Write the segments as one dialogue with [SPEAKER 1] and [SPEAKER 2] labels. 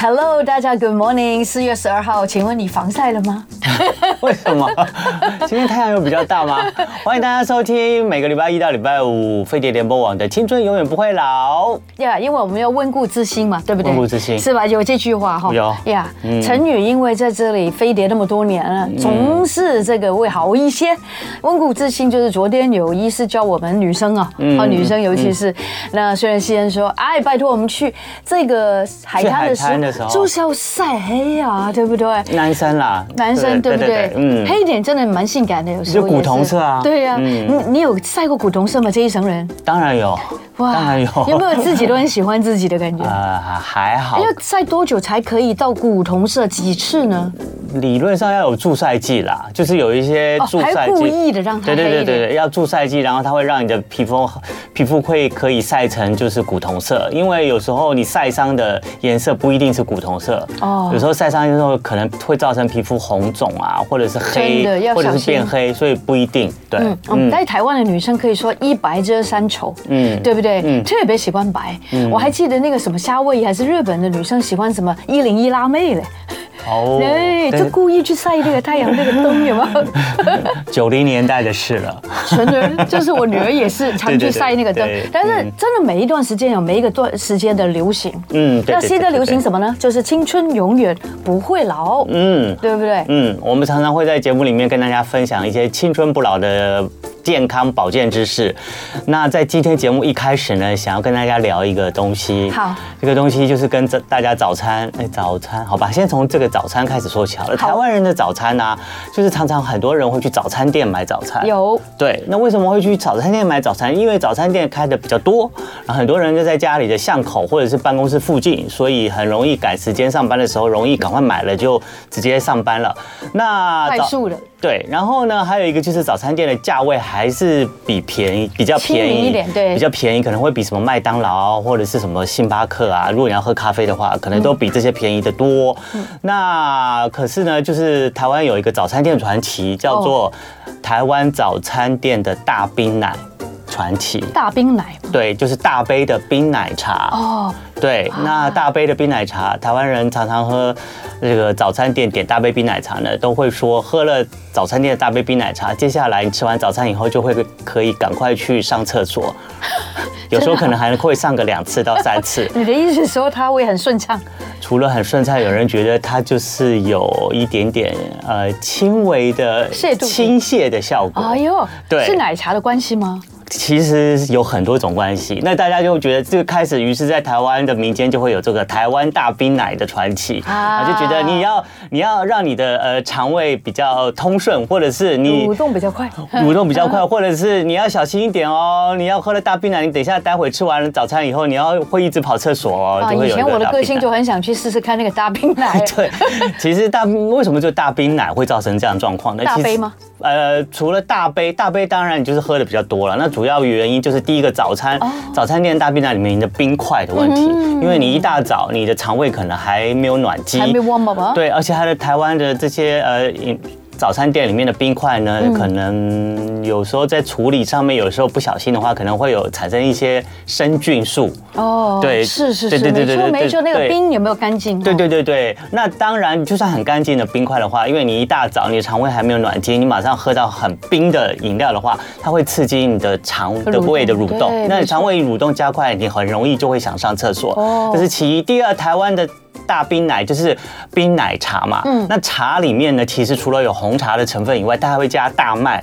[SPEAKER 1] Hello，大家 Good morning。四月十二号，请问你防晒了吗？
[SPEAKER 2] 为什么？今天太阳有比较大吗？ 欢迎大家收听每个礼拜一到礼拜五飞碟联播网的《青春永远不会老》。
[SPEAKER 1] 呀、因为我们要温故知新嘛，对不对？
[SPEAKER 2] 温故知新
[SPEAKER 1] 是吧？有这句话哈。
[SPEAKER 2] 有
[SPEAKER 1] 呀、
[SPEAKER 2] 嗯
[SPEAKER 1] 成语因为在这里飞碟那么多年了，总是这个会好一些。温故知新就是昨天有医师教我们女生啊，
[SPEAKER 2] 嗯
[SPEAKER 1] 啊女生尤其是、那虽然西恩说，哎，拜托我们去这个海滩的时
[SPEAKER 2] 去
[SPEAKER 1] 候，
[SPEAKER 2] 海滩的时候
[SPEAKER 1] 就是要晒黑啊，对不对？
[SPEAKER 2] 男生啦，
[SPEAKER 1] 男生对不对？
[SPEAKER 2] 嗯，
[SPEAKER 1] 黑点真的蛮性感的，有时候
[SPEAKER 2] 就
[SPEAKER 1] 也
[SPEAKER 2] 古
[SPEAKER 1] 是
[SPEAKER 2] 铜色啊
[SPEAKER 1] 对呀，
[SPEAKER 2] 嗯
[SPEAKER 1] 你你有晒过古铜色吗？这一层人，
[SPEAKER 2] 当然有，
[SPEAKER 1] 哇
[SPEAKER 2] 当然有，
[SPEAKER 1] 有没有自己都很喜欢自己的感觉？
[SPEAKER 2] 呃，还好
[SPEAKER 1] 要，晒多久才可以到古铜色几次呢？
[SPEAKER 2] 理论上要有助晒剂啦，就是有一些
[SPEAKER 1] 哦
[SPEAKER 2] 助
[SPEAKER 1] 还
[SPEAKER 2] 晒剂，
[SPEAKER 1] 故意的让它
[SPEAKER 2] 对对
[SPEAKER 1] 黑
[SPEAKER 2] 对
[SPEAKER 1] 一点
[SPEAKER 2] 对对，要助晒剂，然后它会让你的皮肤皮肤会可以晒成就是古铜色，因为有时候你晒伤的颜色不一定是古铜色，
[SPEAKER 1] 哦
[SPEAKER 2] 哦，有时候晒伤之后可能会造成皮肤红肿啊，或者是
[SPEAKER 1] 真的要
[SPEAKER 2] 黑，或者
[SPEAKER 1] 小
[SPEAKER 2] 是
[SPEAKER 1] 心
[SPEAKER 2] 变黑，所以不一定，对，
[SPEAKER 1] 嗯，我们在台湾的女生可以说一白遮三丑，嗯
[SPEAKER 2] 嗯，
[SPEAKER 1] 对不对？特别喜欢白。我还记得那个什么夏威夷还是日本的女生喜欢什么一零一辣妹嘞，
[SPEAKER 2] 哦
[SPEAKER 1] 哎，就故意去晒这个太阳这个灯，有没有？
[SPEAKER 2] 九零年代的事了，
[SPEAKER 1] 纯的，就是我女儿也是常去晒那个灯
[SPEAKER 2] 对嗯对对对，
[SPEAKER 1] 但是真的每一段时间有每一个段时间的流行。
[SPEAKER 2] 嗯，对
[SPEAKER 1] 那
[SPEAKER 2] 对
[SPEAKER 1] 现在
[SPEAKER 2] 对对
[SPEAKER 1] 流行
[SPEAKER 2] 对
[SPEAKER 1] 什么呢？就是青春永远不会老，
[SPEAKER 2] 嗯。
[SPEAKER 1] 对不对？
[SPEAKER 2] 嗯，我们常常会在节目里面跟大家分享一些青春不老的健康保健知识。那在今天节目一开始呢，想要跟大家聊一个东西。
[SPEAKER 1] 好，
[SPEAKER 2] 这个东西就是跟这大家早餐，哎，早餐，好吧，先从这个早餐开始说起好了。
[SPEAKER 1] 好
[SPEAKER 2] 台湾人的早餐呢、啊就是常常很多人会去早餐店买早餐。
[SPEAKER 1] 有
[SPEAKER 2] 对，那为什么会去早餐店买早餐？因为早餐店开的比较多，然后很多人就在家里的巷口或者是办公室附近，所以很容易赶时间上班的时候，容易赶快买了就直接上班了。那
[SPEAKER 1] 快
[SPEAKER 2] 早
[SPEAKER 1] 速的，
[SPEAKER 2] 对，然后呢，还有一个就是早餐店的价位还是比便宜，比较便
[SPEAKER 1] 亲民
[SPEAKER 2] 宜
[SPEAKER 1] 一点对
[SPEAKER 2] 比较便宜，可能会比什么麦当劳啊或者是什么星巴克啊，如果你要喝咖啡的话，可能都比这些便宜的多。
[SPEAKER 1] 嗯
[SPEAKER 2] 那可是呢，就是台湾有一个早餐店传奇，叫做
[SPEAKER 1] 哦
[SPEAKER 2] 台湾早餐店的大冰奶传奇。
[SPEAKER 1] 大冰奶
[SPEAKER 2] 对，就是大杯的冰奶茶。
[SPEAKER 1] 哦，
[SPEAKER 2] 对，那大杯的冰奶茶，台湾人常常喝这个早餐店点大杯冰奶茶呢，都会说喝了早餐店的大杯冰奶茶，接下来你吃完早餐以后就会可以赶快去上厕所，有时候可能还会上个两次到三次。
[SPEAKER 1] 你的意思说它会很顺畅，
[SPEAKER 2] 除了很顺畅，有人觉得它就是有一点点呃轻微的
[SPEAKER 1] 泻肚
[SPEAKER 2] 倾泻的效果。
[SPEAKER 1] 哎呦，
[SPEAKER 2] 对
[SPEAKER 1] 是奶茶的关系吗？
[SPEAKER 2] 其实有很多种关系，那大家就会觉得这个开始，于是，在台湾的民间就会有这个台湾大冰奶的传奇
[SPEAKER 1] 啊
[SPEAKER 2] 啊，就觉得你要你要让你的呃肠胃比较通顺，或者是你 哦
[SPEAKER 1] 蠕动比较快，
[SPEAKER 2] 蠕动比较快，或者是你要小心一点哦，你要喝了大冰奶，你等一下待会吃完了早餐以后，你要会一直跑厕所哦，
[SPEAKER 1] 啊，
[SPEAKER 2] 就会
[SPEAKER 1] 以
[SPEAKER 2] 有一
[SPEAKER 1] 前我的
[SPEAKER 2] 大
[SPEAKER 1] 个
[SPEAKER 2] 冰
[SPEAKER 1] 性
[SPEAKER 2] 奶，
[SPEAKER 1] 就很想去试试看那个大冰奶
[SPEAKER 2] 对，其实大为什么就大冰奶会造成这样的状况呢？
[SPEAKER 1] 大杯
[SPEAKER 2] 其实
[SPEAKER 1] 吗？
[SPEAKER 2] 呃，除了大杯，大杯当然你就是喝的比较多了。那主要原因就是第一个早餐，
[SPEAKER 1] 哦
[SPEAKER 2] 早餐店大冰奶里面的冰块的问题，因为你一大早你的肠胃可能还没有暖机，
[SPEAKER 1] 嗯还没 warm up 啊。
[SPEAKER 2] 对，而且它的台湾的这些呃饮早餐店里面的冰块呢，
[SPEAKER 1] 嗯
[SPEAKER 2] 可能有时候在处理上面，有时候不小心的话，可能会有产生一些生菌素。
[SPEAKER 1] 哦，
[SPEAKER 2] 对
[SPEAKER 1] 是是
[SPEAKER 2] 对
[SPEAKER 1] 是，
[SPEAKER 2] 对
[SPEAKER 1] 没
[SPEAKER 2] 对对
[SPEAKER 1] 错
[SPEAKER 2] 对
[SPEAKER 1] 没错，那个
[SPEAKER 2] 对
[SPEAKER 1] 冰有没有干净？
[SPEAKER 2] 对对对对，那当然，就算很干净的冰块的话，因为你一大早你的肠胃还没有暖机，你马上喝到很冰的饮料的话，它会刺激你的肠
[SPEAKER 1] 动
[SPEAKER 2] 的胃的蠕
[SPEAKER 1] 对
[SPEAKER 2] 动，那
[SPEAKER 1] 没错
[SPEAKER 2] 你肠胃蠕动加快，你很容易就会想上厕所
[SPEAKER 1] 哦。
[SPEAKER 2] 这是其一。第二，台湾的。大冰奶就是冰奶茶嘛，
[SPEAKER 1] 嗯
[SPEAKER 2] 那茶里面呢，其实除了有红茶的成分以外，它还会加大麦，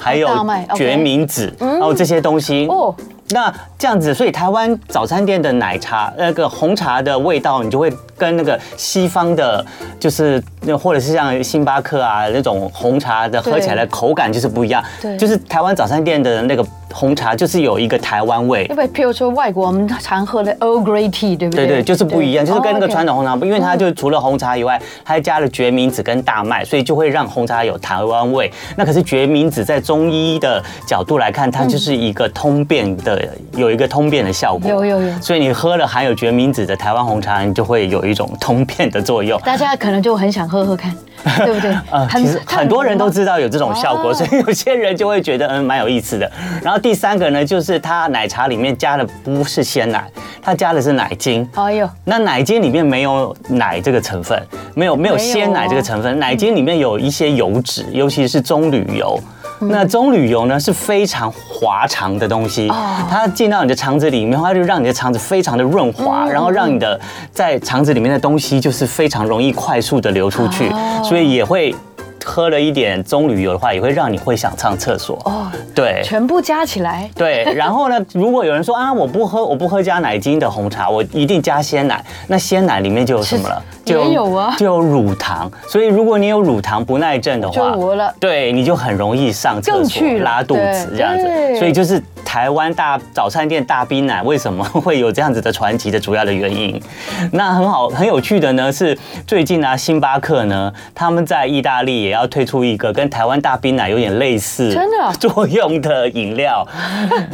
[SPEAKER 2] 还有
[SPEAKER 1] 哦大麦，OK 嗯
[SPEAKER 2] 决明子，然后这些东西。
[SPEAKER 1] 哦，
[SPEAKER 2] 那这样子，所以台湾早餐店的奶茶那个红茶的味道，你就会跟那个西方的，就是那或者是像星巴克啊那种红茶的
[SPEAKER 1] 对
[SPEAKER 2] 喝起来的口感就是不一样
[SPEAKER 1] 对。
[SPEAKER 2] 就是台湾早餐店的那个红茶，就是有一个台湾味
[SPEAKER 1] 因。为譬如说外国我们常喝的 Earl Grey Tea，对不对？
[SPEAKER 2] 对对，就是不一样，就是跟那个
[SPEAKER 1] 哦，OK
[SPEAKER 2] 传统红茶不，因为它就除了红茶以外，还加了决明子跟大麦，所以就会让红茶有台湾味。那可是决明子在中医的角度来看，
[SPEAKER 1] 嗯
[SPEAKER 2] 它就是一个通便的，有一个通便的效果。
[SPEAKER 1] 有有有
[SPEAKER 2] 所以你喝了含有决明子的台湾红茶，你就会有一种通便的作用。
[SPEAKER 1] 大家可能就很想喝喝 看，对不对？
[SPEAKER 2] 呃，其实很多人都知道有这种效果，
[SPEAKER 1] 哦
[SPEAKER 2] 所以有些人就会觉得嗯蛮有意思的。然后第三个呢，就是它奶茶里面加的不是鲜奶，它加的是奶精。
[SPEAKER 1] 哎呦，
[SPEAKER 2] 那奶精里面没有奶这个成分，没有
[SPEAKER 1] 没
[SPEAKER 2] 没有
[SPEAKER 1] 有啊嗯
[SPEAKER 2] 鲜奶这个成分，奶精里面有一些油脂，尤其是棕榈油。那棕榈油呢是非常滑肠的东西，
[SPEAKER 1] 哦
[SPEAKER 2] 它进到你的肠子里面，它就让你的肠子非常的润
[SPEAKER 1] 嗯
[SPEAKER 2] 滑，然后让你的在肠子里面的东西就是非常容易快速的流出去，
[SPEAKER 1] 哦
[SPEAKER 2] 所以也会喝了一点棕榈油的话，也会让你会想上厕所。
[SPEAKER 1] 哦，
[SPEAKER 2] 对，
[SPEAKER 1] 全部加起来，
[SPEAKER 2] 对， 然后呢，如果有人说啊，我不喝，我不喝加奶精的红茶，我一定加鲜奶。那鲜奶里面就有什么了？
[SPEAKER 1] 是
[SPEAKER 2] 就
[SPEAKER 1] 也有啊
[SPEAKER 2] 就有乳糖。所以如果你有乳糖不耐症的
[SPEAKER 1] 就
[SPEAKER 2] 话，
[SPEAKER 1] 无了。
[SPEAKER 2] 对，你就很容易上厕
[SPEAKER 1] 更
[SPEAKER 2] 所
[SPEAKER 1] 去、了
[SPEAKER 2] 拉肚子
[SPEAKER 1] 对
[SPEAKER 2] 这样子。
[SPEAKER 1] 对
[SPEAKER 2] 所以就是台湾大早餐店大冰奶为什么会有这样子的传奇的主要的原因。那很好，很有趣的呢是最近啊，星巴克呢，他们在意大利也要推出一个跟台湾大冰奶有点类似
[SPEAKER 1] 真的啊
[SPEAKER 2] 作用的饮 料。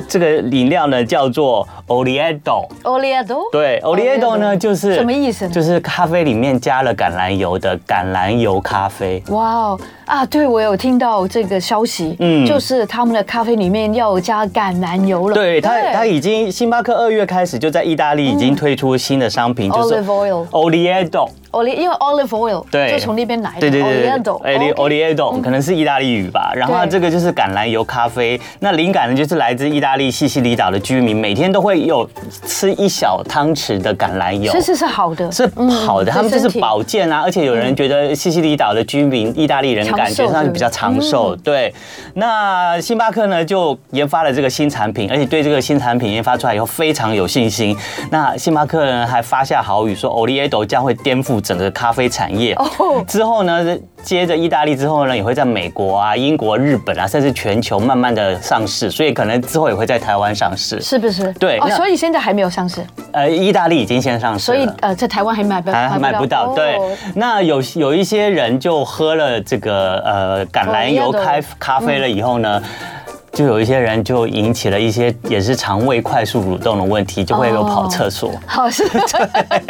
[SPEAKER 2] 这个饮料呢叫做 Oleado。
[SPEAKER 1] Oleado，
[SPEAKER 2] 对，Oleado 呢就是
[SPEAKER 1] 什么意思呢
[SPEAKER 2] 就是咖啡里面加了橄榄油的橄榄油咖啡。
[SPEAKER 1] 哇哦啊，对我有听到这个消息，
[SPEAKER 2] 嗯
[SPEAKER 1] 嗯，就是他们的咖啡里面要加橄榄油 了。
[SPEAKER 2] 对它，它已经星巴克二月开始就在意大利已经推出新的商品，就是
[SPEAKER 1] 嗯 Olive oil 哎
[SPEAKER 2] Oleado。
[SPEAKER 1] Oli，因为 olive oil
[SPEAKER 2] 对
[SPEAKER 1] 就从那边来的。
[SPEAKER 2] 对对对哎
[SPEAKER 1] Oleado，
[SPEAKER 2] 对
[SPEAKER 1] OK 嗯
[SPEAKER 2] Oleado 可能是意大利语吧。然后它
[SPEAKER 1] 对
[SPEAKER 2] 这个就是橄榄油咖啡，那灵感呢就是来自意大利西西里岛的居民，每天都会有吃一小汤匙的橄榄油。
[SPEAKER 1] 这是是好的，
[SPEAKER 2] 哦是好的，
[SPEAKER 1] 嗯
[SPEAKER 2] 他们这
[SPEAKER 1] 对
[SPEAKER 2] 是
[SPEAKER 1] 身体嗯
[SPEAKER 2] 保健啊，而且有人觉得西西里岛的居民，意大利人
[SPEAKER 1] 长
[SPEAKER 2] 感觉
[SPEAKER 1] 寿
[SPEAKER 2] 上
[SPEAKER 1] 对
[SPEAKER 2] 比较长
[SPEAKER 1] 嗯
[SPEAKER 2] 寿。对，那星巴克呢就研发了这个新产品，而且对这个新产品研发出来以后非常有信心。那星巴克人还发下豪语说，Oleado 将会颠覆整个咖啡产业。
[SPEAKER 1] 哦
[SPEAKER 2] 之后呢，接着意大利之后呢，也会在美国啊、英国、日本啊，甚至全球慢慢的上市，所以可能之后也会在台湾上市。
[SPEAKER 1] 是不是？
[SPEAKER 2] 对
[SPEAKER 1] 哦，
[SPEAKER 2] 那
[SPEAKER 1] 所以现在还没有上市，
[SPEAKER 2] 呃，意大利已经先上市
[SPEAKER 1] 所
[SPEAKER 2] 了，
[SPEAKER 1] 以呃，在台湾还买不
[SPEAKER 2] 还买不到。对
[SPEAKER 1] 哦，
[SPEAKER 2] 那有有一些人就喝了这个呃橄榄油
[SPEAKER 1] 哦，Yellow
[SPEAKER 2] 开咖啡了以后呢。
[SPEAKER 1] 嗯
[SPEAKER 2] 就有一些人就引起了一些也是肠胃快速蠕动的问题，就会有
[SPEAKER 1] 哦
[SPEAKER 2] 跑厕所，
[SPEAKER 1] 好 是，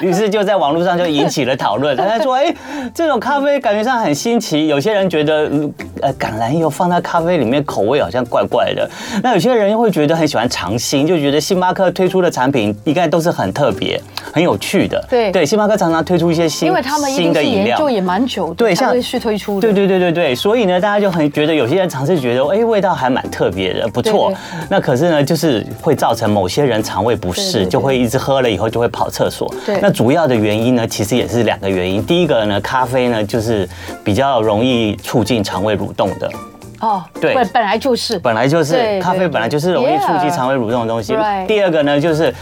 [SPEAKER 2] 于是就在网络上就引起了 讨论。大家说，哎，这种咖啡感觉上很新奇，有些人觉得嗯呃橄榄油放在咖啡里面口味好像怪怪的，那有些人又会觉得很喜欢尝新，就觉得星巴克推出的产品应该都是很特别、很有趣的。
[SPEAKER 1] 对
[SPEAKER 2] 对，星巴克常常推出一些新
[SPEAKER 1] 因为他们一
[SPEAKER 2] 新
[SPEAKER 1] 定
[SPEAKER 2] 的
[SPEAKER 1] 是
[SPEAKER 2] 饮
[SPEAKER 1] 研
[SPEAKER 2] 料
[SPEAKER 1] 究。也蛮久的，
[SPEAKER 2] 对像
[SPEAKER 1] 才会去推出的。
[SPEAKER 2] 对对对对对，所以呢，大家就很觉得有些人尝试觉得，哎，味道还蛮特别的，不错。那可是呢，就是会造成某些人肠胃不
[SPEAKER 1] 对对
[SPEAKER 2] 适，
[SPEAKER 1] 对
[SPEAKER 2] 就会一直喝了以后就会跑厕所。
[SPEAKER 1] 对
[SPEAKER 2] 那主要的原因呢，其实也是两个原因。第一个呢，咖啡呢就是比较容易促进肠胃蠕动的，
[SPEAKER 1] 哦，
[SPEAKER 2] 对
[SPEAKER 1] 本本来就是，
[SPEAKER 2] 本来就是
[SPEAKER 1] 对对
[SPEAKER 2] 咖啡
[SPEAKER 1] 对
[SPEAKER 2] 本来就是容易促进
[SPEAKER 1] Yeah
[SPEAKER 2] 肠胃蠕动的东西。
[SPEAKER 1] Right
[SPEAKER 2] 第二个呢，就是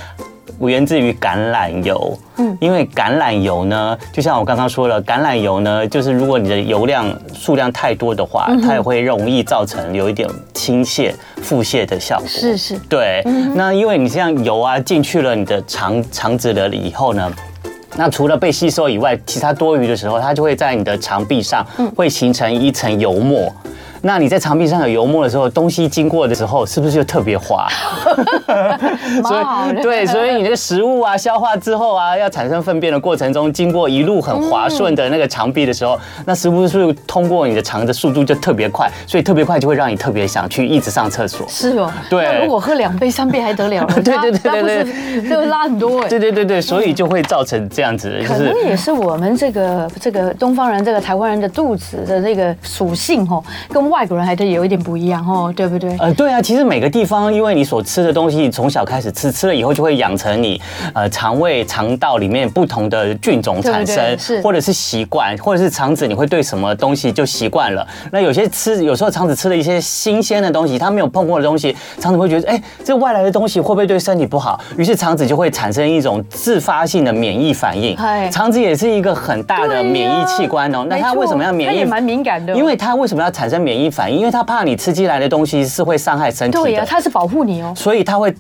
[SPEAKER 2] 源自于橄榄油。嗯，因为橄榄油呢，就像我刚刚说了，橄榄油呢，就是如果你的油量数量太多的
[SPEAKER 1] 嗯
[SPEAKER 2] 话，它也会容易造成有一点倾泻、腹泻的效果。
[SPEAKER 1] 是是，
[SPEAKER 2] 对，那因为你像油啊进去了你的肠肠子了以后呢。那除了被吸收以外，其他多余的时候，它就会在你的肠壁上会形成一层油沫。那你在肠壁上有油沫的时候，东西经过的时候，是不是就特别滑？所
[SPEAKER 1] 蛮好
[SPEAKER 2] 以
[SPEAKER 1] 的。
[SPEAKER 2] 对，所以你这个食物啊，消化之后啊，要产生粪便的过程中，经过一路很滑顺的那个肠壁的时候，那食物是不是通过你的肠的速度就特别快？所以特别快就会让你特别想去一直上厕所。
[SPEAKER 1] 是哦，
[SPEAKER 2] 对
[SPEAKER 1] 那如果喝两杯三杯还得 了？
[SPEAKER 2] 对对对对
[SPEAKER 1] 那那不是 就拉很多哎。
[SPEAKER 2] 对对对对，所以就会造成这样子，就
[SPEAKER 1] 可
[SPEAKER 2] 是
[SPEAKER 1] 能也是我们这个这个东方人、这个台湾人的肚子的那个属性哦，跟外国人还得有一点不一样哦，对不对？
[SPEAKER 2] 呃，对啊，其实每个地方，因为你所吃的东西，从小开始吃，吃了以后就会养成你呃肠胃、肠道里面不同的菌种产生，
[SPEAKER 1] 对对是
[SPEAKER 2] 或者是习惯，或者是肠子你会对什么东西就习惯了。那有些吃，有时候肠子吃了一些新鲜的东西，它没有碰过的东西，肠子会觉得，哎，这外来的东西会不会对身体不好？于是肠子就会产生一种自发性的免疫反应
[SPEAKER 1] 嗨。
[SPEAKER 2] 肠子也是一个很大的
[SPEAKER 1] 对呀
[SPEAKER 2] 免疫器官哦。那它
[SPEAKER 1] 没错
[SPEAKER 2] 为什么要免疫？
[SPEAKER 1] 它也蛮敏感的哦
[SPEAKER 2] 因为它为什么要产生免疫一反应，因为他怕你吃进来的东西是会伤害身体的。
[SPEAKER 1] 对呀、它是保护你哦。
[SPEAKER 2] 所以他会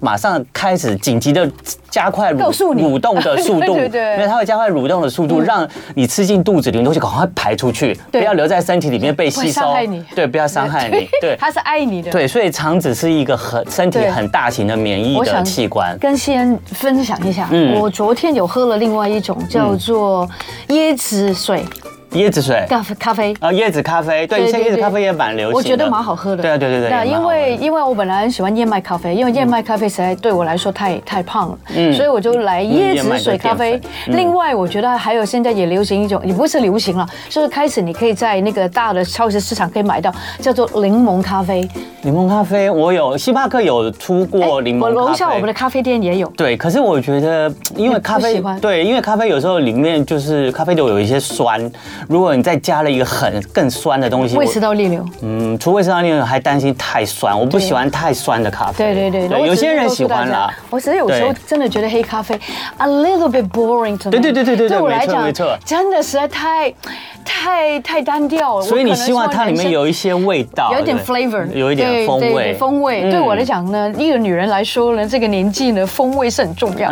[SPEAKER 2] 马上开始紧急的加快
[SPEAKER 1] 告诉
[SPEAKER 2] 蠕
[SPEAKER 1] 你
[SPEAKER 2] 蠕动的速度，
[SPEAKER 1] 对对对嗯
[SPEAKER 2] 因为他会加快蠕动的速度，让你吃进肚子里的东西赶快排出去，不
[SPEAKER 1] 对
[SPEAKER 2] 要留在身体里面被吸
[SPEAKER 1] 不会
[SPEAKER 2] 收
[SPEAKER 1] 伤害你，
[SPEAKER 2] 对，不要伤 害你，对。
[SPEAKER 1] 它是爱你的。
[SPEAKER 2] 对，所以肠子是一个很身体
[SPEAKER 1] 对
[SPEAKER 2] 很大型的免疫
[SPEAKER 1] 我
[SPEAKER 2] 的
[SPEAKER 1] 想
[SPEAKER 2] 器官，
[SPEAKER 1] 跟先分享一下，
[SPEAKER 2] 嗯
[SPEAKER 1] 我昨天有喝了另外一种叫做椰子水
[SPEAKER 2] 椰子水
[SPEAKER 1] 咖啡咖啡，
[SPEAKER 2] 啊，椰子咖啡，对，
[SPEAKER 1] 对
[SPEAKER 2] 现在椰
[SPEAKER 1] 对
[SPEAKER 2] 子
[SPEAKER 1] 对
[SPEAKER 2] 咖啡也蛮流行的，
[SPEAKER 1] 我觉得蛮好喝的。
[SPEAKER 2] 对啊，对对对，
[SPEAKER 1] 那
[SPEAKER 2] 也蛮
[SPEAKER 1] 因
[SPEAKER 2] 好喝的
[SPEAKER 1] 为因为我本来很喜欢燕麦咖啡，因为燕麦咖啡实在对我来说太太胖了，所以我就来椰子水咖
[SPEAKER 2] 嗯燕麦嗯
[SPEAKER 1] 啡
[SPEAKER 2] 的。
[SPEAKER 1] 另外，我觉得还有现在也流行一种，也不是流行了，就是开始你可以在那个大的超级市场可以买到，叫做柠檬咖啡。哎
[SPEAKER 2] 柠檬咖啡，我有星巴克有出过哦柠檬
[SPEAKER 1] 我
[SPEAKER 2] 咖啡，
[SPEAKER 1] 楼下我们的咖啡店也有。
[SPEAKER 2] 对，可是我觉得，因为咖
[SPEAKER 1] 不
[SPEAKER 2] 啡
[SPEAKER 1] 喜欢
[SPEAKER 2] 对，因为咖啡有时候里面就是咖啡豆有一些酸，如果你再加了一个很更酸的东西，
[SPEAKER 1] 胃
[SPEAKER 2] 我
[SPEAKER 1] 食道逆流，
[SPEAKER 2] 嗯，除胃食道逆流还担心太酸，我不喜欢太酸的咖啡。
[SPEAKER 1] 对对对，我
[SPEAKER 2] 有
[SPEAKER 1] 只是
[SPEAKER 2] 些人
[SPEAKER 1] 告诉
[SPEAKER 2] 喜欢
[SPEAKER 1] 大家
[SPEAKER 2] 啦。
[SPEAKER 1] 我只是有时候
[SPEAKER 2] 对
[SPEAKER 1] 真的觉得黑咖啡 a little bit boring to me。
[SPEAKER 2] 对对对对对对
[SPEAKER 1] 对我
[SPEAKER 2] 没
[SPEAKER 1] 来
[SPEAKER 2] 错
[SPEAKER 1] 讲
[SPEAKER 2] 没错，
[SPEAKER 1] 真的实在太太太单调了。
[SPEAKER 2] 所以
[SPEAKER 1] 我
[SPEAKER 2] 你
[SPEAKER 1] 可能
[SPEAKER 2] 希望
[SPEAKER 1] 说
[SPEAKER 2] 它里
[SPEAKER 1] 人
[SPEAKER 2] 面
[SPEAKER 1] 生
[SPEAKER 2] 有一些味道，
[SPEAKER 1] 有一点
[SPEAKER 2] 对不对
[SPEAKER 1] flavor，
[SPEAKER 2] 有一点
[SPEAKER 1] 对
[SPEAKER 2] 风
[SPEAKER 1] 对
[SPEAKER 2] 味嗯
[SPEAKER 1] 对。风味。对我来讲呢，一个女人来说呢，这个年纪呢，风味是很重 要。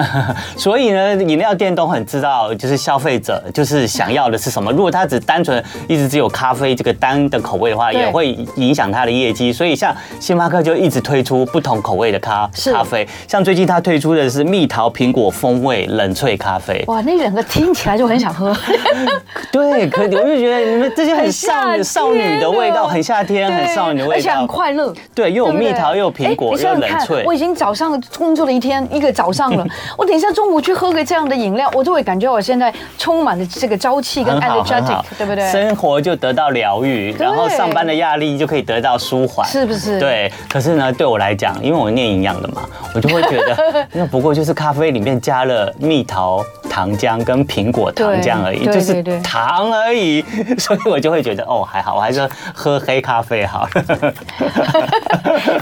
[SPEAKER 2] 所以呢，饮料店都很知道，就是消费者就是想要的是什么。如果他只单纯一直只有咖啡这个单的口味的话，
[SPEAKER 1] 对
[SPEAKER 2] 也会影响他的业绩。所以像星巴克就一直推出不同口味的咖
[SPEAKER 1] 是
[SPEAKER 2] 咖啡，像最近他推出的是蜜桃苹果风味冷萃咖啡。
[SPEAKER 1] 哇，那两个听起来就很想喝，
[SPEAKER 2] 对，可我就觉得你们这些很少女
[SPEAKER 1] 很夏
[SPEAKER 2] 少
[SPEAKER 1] 天
[SPEAKER 2] 女的味道，
[SPEAKER 1] 哦
[SPEAKER 2] 很夏天，很少女的
[SPEAKER 1] 而
[SPEAKER 2] 味
[SPEAKER 1] 且很
[SPEAKER 2] 道。
[SPEAKER 1] 快乐。
[SPEAKER 2] 对，又
[SPEAKER 1] 对
[SPEAKER 2] 有
[SPEAKER 1] 不对
[SPEAKER 2] 蜜桃，又有苹
[SPEAKER 1] 哎
[SPEAKER 2] 果，
[SPEAKER 1] 你
[SPEAKER 2] 又有
[SPEAKER 1] 想想
[SPEAKER 2] 冷
[SPEAKER 1] 看，我已
[SPEAKER 2] 萃。
[SPEAKER 1] 经早上工作了一天，一个早上了，我等一下中午去喝个这样的饮料，我就会感觉我现在充满了这个朝气跟
[SPEAKER 2] 很好，很
[SPEAKER 1] energetic，
[SPEAKER 2] 好，
[SPEAKER 1] 对不对？
[SPEAKER 2] 生活就得到疗愈，然后
[SPEAKER 1] 对
[SPEAKER 2] 上班的压力就可以得到舒缓。
[SPEAKER 1] 是不是？。
[SPEAKER 2] 对，可是呢，对我来讲，因为我念营养的嘛，我就会觉 得，那不过就是咖啡里面加了蜜桃糖浆跟苹果糖浆而已，
[SPEAKER 1] 对对
[SPEAKER 2] 就是
[SPEAKER 1] 对对
[SPEAKER 2] 糖而已， 所以我就会觉得哦，还好，我还是喝黑咖啡好了。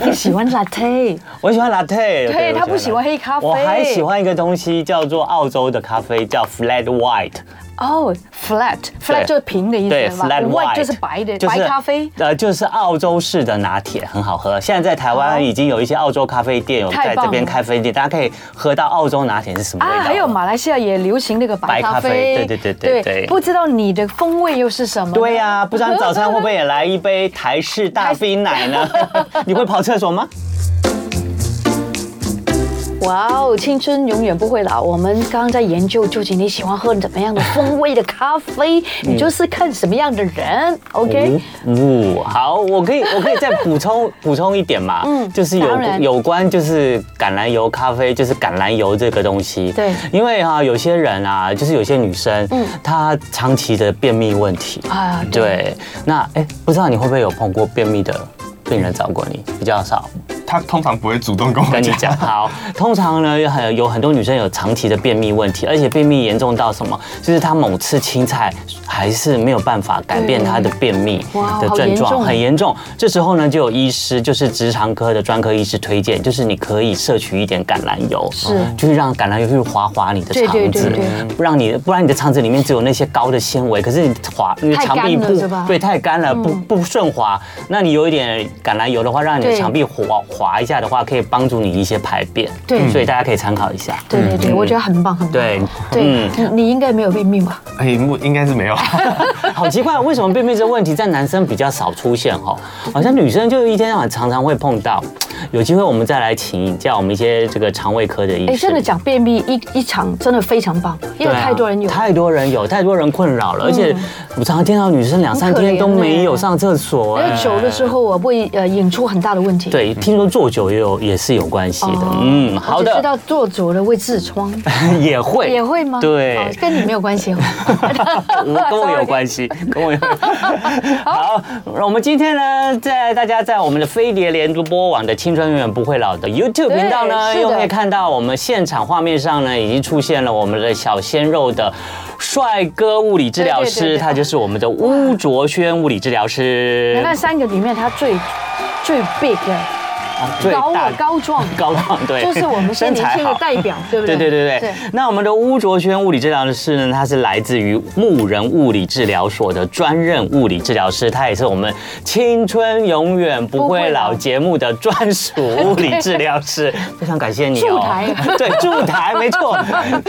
[SPEAKER 1] 你喜欢 latte，
[SPEAKER 2] 我喜欢 latte，
[SPEAKER 1] 对他
[SPEAKER 2] 我
[SPEAKER 1] 不喜欢黑咖啡
[SPEAKER 2] 我还喜欢一个东西叫做澳洲的咖啡，叫 flat white。
[SPEAKER 1] 哦，flat，flat 就是平的意
[SPEAKER 2] 对
[SPEAKER 1] 思嘛
[SPEAKER 2] ，flat
[SPEAKER 1] ，white
[SPEAKER 2] white
[SPEAKER 1] 就是白的，
[SPEAKER 2] 就是
[SPEAKER 1] 白咖啡。
[SPEAKER 2] 呃，就是澳洲式的拿铁很好喝。现在在台
[SPEAKER 1] 哦
[SPEAKER 2] 湾已经有一些澳洲咖啡店有
[SPEAKER 1] 太
[SPEAKER 2] 在
[SPEAKER 1] 棒
[SPEAKER 2] 这边
[SPEAKER 1] 了
[SPEAKER 2] 开啡店，大家可以喝到澳洲拿铁是什么味道
[SPEAKER 1] 啊，
[SPEAKER 2] 了。
[SPEAKER 1] 还有马来西亚也流行那个白
[SPEAKER 2] 白
[SPEAKER 1] 咖
[SPEAKER 2] 咖啡
[SPEAKER 1] 啡，
[SPEAKER 2] 对对对对对
[SPEAKER 1] 不知道你的风味又是什么呢？
[SPEAKER 2] 对呀、不知道你早餐会不会也来一杯台式大冰 奶呢？你会跑厕所吗？
[SPEAKER 1] 哇哦，青春永远不会老。我们刚刚在研究究竟你喜欢喝怎么样的风味的咖啡，
[SPEAKER 2] 嗯
[SPEAKER 1] 你就是看什么样的人，OK？
[SPEAKER 2] 嗯呜、好，我可以，我可以再补充补充一点嘛，
[SPEAKER 1] 嗯
[SPEAKER 2] 就是有
[SPEAKER 1] 当然
[SPEAKER 2] 有关就是橄榄油咖啡，就是橄榄油这个东西，
[SPEAKER 1] 对
[SPEAKER 2] 因为啊，有些人啊，就是有些女生，嗯，她长期的便秘问题，
[SPEAKER 1] 啊，
[SPEAKER 2] 对，那哎、不知道你会不会有碰过便秘的病人找过你？比较少，
[SPEAKER 3] 他通常不会主动跟我
[SPEAKER 2] 跟你讲，好，通常呢，有很有很多女生有长期的便秘问题，而且便秘严重到什么？就是她某次青菜还是没有办法改变她的便秘
[SPEAKER 1] 哇
[SPEAKER 2] 的
[SPEAKER 1] 好
[SPEAKER 2] 症
[SPEAKER 1] 严
[SPEAKER 2] 状，
[SPEAKER 1] 重啊
[SPEAKER 2] 很严重。这时候呢，就有医师，就是直肠科的专科医师推荐，就是你可以摄取一点橄榄油，
[SPEAKER 1] 是
[SPEAKER 2] 就是让橄榄油去划划你的
[SPEAKER 1] 对对
[SPEAKER 2] 肠
[SPEAKER 1] 对
[SPEAKER 2] 子
[SPEAKER 1] 对，
[SPEAKER 2] 不让你不然你的肠子里面只有那些高的纤维，可是你划你的
[SPEAKER 1] 太
[SPEAKER 2] 肠
[SPEAKER 1] 干
[SPEAKER 2] 壁
[SPEAKER 1] 了
[SPEAKER 2] 不
[SPEAKER 1] 是吧嗯
[SPEAKER 2] 对太干了，不不顺滑。那你有一点橄榄油的话，让你的
[SPEAKER 1] 对
[SPEAKER 2] 肠壁滑滑一下的话，可以帮助你一些排便。
[SPEAKER 1] 对
[SPEAKER 2] 所以大家可以参考一下。
[SPEAKER 1] 对对对，我觉得很棒很棒。
[SPEAKER 2] 嗯对嗯
[SPEAKER 1] 对，你你应该没有便秘吧？
[SPEAKER 3] 哎，目应该是没有。
[SPEAKER 2] 好奇怪，为什么便秘这问题在男生比较少出现哈？好像女生就一天到晚常常会碰到。有机会我们再来请教我们一些这个肠胃科的医
[SPEAKER 1] 哎，
[SPEAKER 2] 生。
[SPEAKER 1] 真的讲便秘一一场真的非常棒，因为
[SPEAKER 2] 对啊
[SPEAKER 1] 太多人有。哎嗯
[SPEAKER 2] 太多人有，太多人困扰了，而且我常常听到女生两三
[SPEAKER 1] 很可
[SPEAKER 2] 天都
[SPEAKER 1] 怜
[SPEAKER 2] 没有
[SPEAKER 1] 欸
[SPEAKER 2] 上厕所，
[SPEAKER 1] 因为
[SPEAKER 2] 哎
[SPEAKER 1] 久了之后，我会呃引出很大的问题。
[SPEAKER 2] 对，听说坐久也有也是有关系的
[SPEAKER 1] 哦。
[SPEAKER 2] 嗯，
[SPEAKER 1] 我
[SPEAKER 2] 好
[SPEAKER 1] 只知
[SPEAKER 2] 的，
[SPEAKER 1] 道坐久了会痔疮，
[SPEAKER 2] 也会
[SPEAKER 1] 也会吗？
[SPEAKER 2] 对
[SPEAKER 1] 哦跟你没有关 系哦。
[SPEAKER 2] 我跟我有关系，跟我有。好，那我们今天呢，在大家在我们的飞碟联播网的《青春永远不会老》的 YouTube
[SPEAKER 1] 对
[SPEAKER 2] 频道呢，
[SPEAKER 1] 是的
[SPEAKER 2] 又可以看到我们现场画面上呢，已经出现了我们的小鲜肉的帅哥物理治疗
[SPEAKER 1] 对对对
[SPEAKER 2] 师，
[SPEAKER 1] 对
[SPEAKER 2] 他就是我们的巫卓轩物理治疗师。
[SPEAKER 1] 那三个里面，他最最 big 的
[SPEAKER 2] 啊，最
[SPEAKER 1] 高
[SPEAKER 2] 大
[SPEAKER 1] 啊高壮
[SPEAKER 2] 高壮，对，
[SPEAKER 1] 就是我们 现
[SPEAKER 2] 身
[SPEAKER 1] 年
[SPEAKER 2] 材
[SPEAKER 1] 轻的
[SPEAKER 2] 好。
[SPEAKER 1] 代表，对不
[SPEAKER 2] 对
[SPEAKER 1] 对？
[SPEAKER 2] 对对对，那我们的巫卓轩物理治疗师呢，他是来自于牧人物理治疗所的专任物理治疗师，他也是我们《青春永远不会老》节目的专属物理治疗师， 非常感谢你哦。
[SPEAKER 1] 驻台
[SPEAKER 2] 对驻台没 错，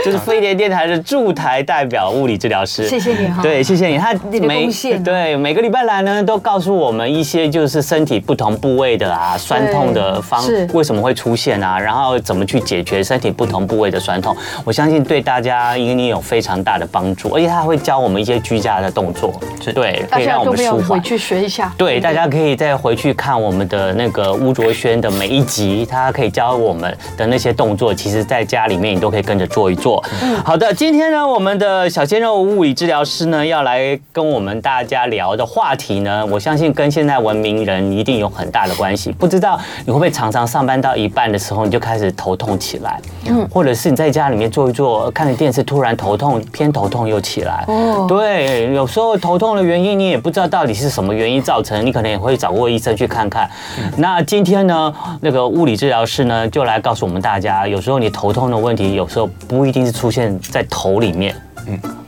[SPEAKER 2] 就是飞碟电台的驻台代表物理治疗师，
[SPEAKER 1] 谢谢你哈
[SPEAKER 2] 对，谢谢你，他
[SPEAKER 1] 你的贡献
[SPEAKER 2] 对每个礼拜来呢，都告诉我们一些就是身体不同部位的啊酸痛的方
[SPEAKER 1] 是
[SPEAKER 2] 为什么会出现啊？然后怎么去解决身体不同部位的酸痛？我相信对大家一定有非常大的帮助，而且他会教我们一些居家的动作，对，
[SPEAKER 1] 大
[SPEAKER 2] 可以让
[SPEAKER 1] 家
[SPEAKER 2] 我
[SPEAKER 1] 都不
[SPEAKER 2] 们舒
[SPEAKER 1] 要回
[SPEAKER 2] 缓。
[SPEAKER 1] 去学一下。
[SPEAKER 2] 对，大家可以再回去看我们的那个巫卓轩的每一集，他可以教我们的那些动作，其实在家里面你都可以跟着做一做。好的，今天呢，我们的小鲜肉物理治疗师呢，要来跟我们大家聊的话题呢，我相信跟现在文明人一定有很大的关系。不知道你会不会常常上班到一半的时候，你就开始头痛起来，嗯，或者是你在家里面坐一坐，看着电视，突然头痛，偏头痛又起来，
[SPEAKER 1] 哦
[SPEAKER 2] 对，有时候头痛的原因你也不知道到底是什么原因造成，你可能也会找过医生去看看。那今天呢，那个物理治疗师呢就来告诉我们大家，有时候你头痛的问题，有时候不一定是出现在头里面，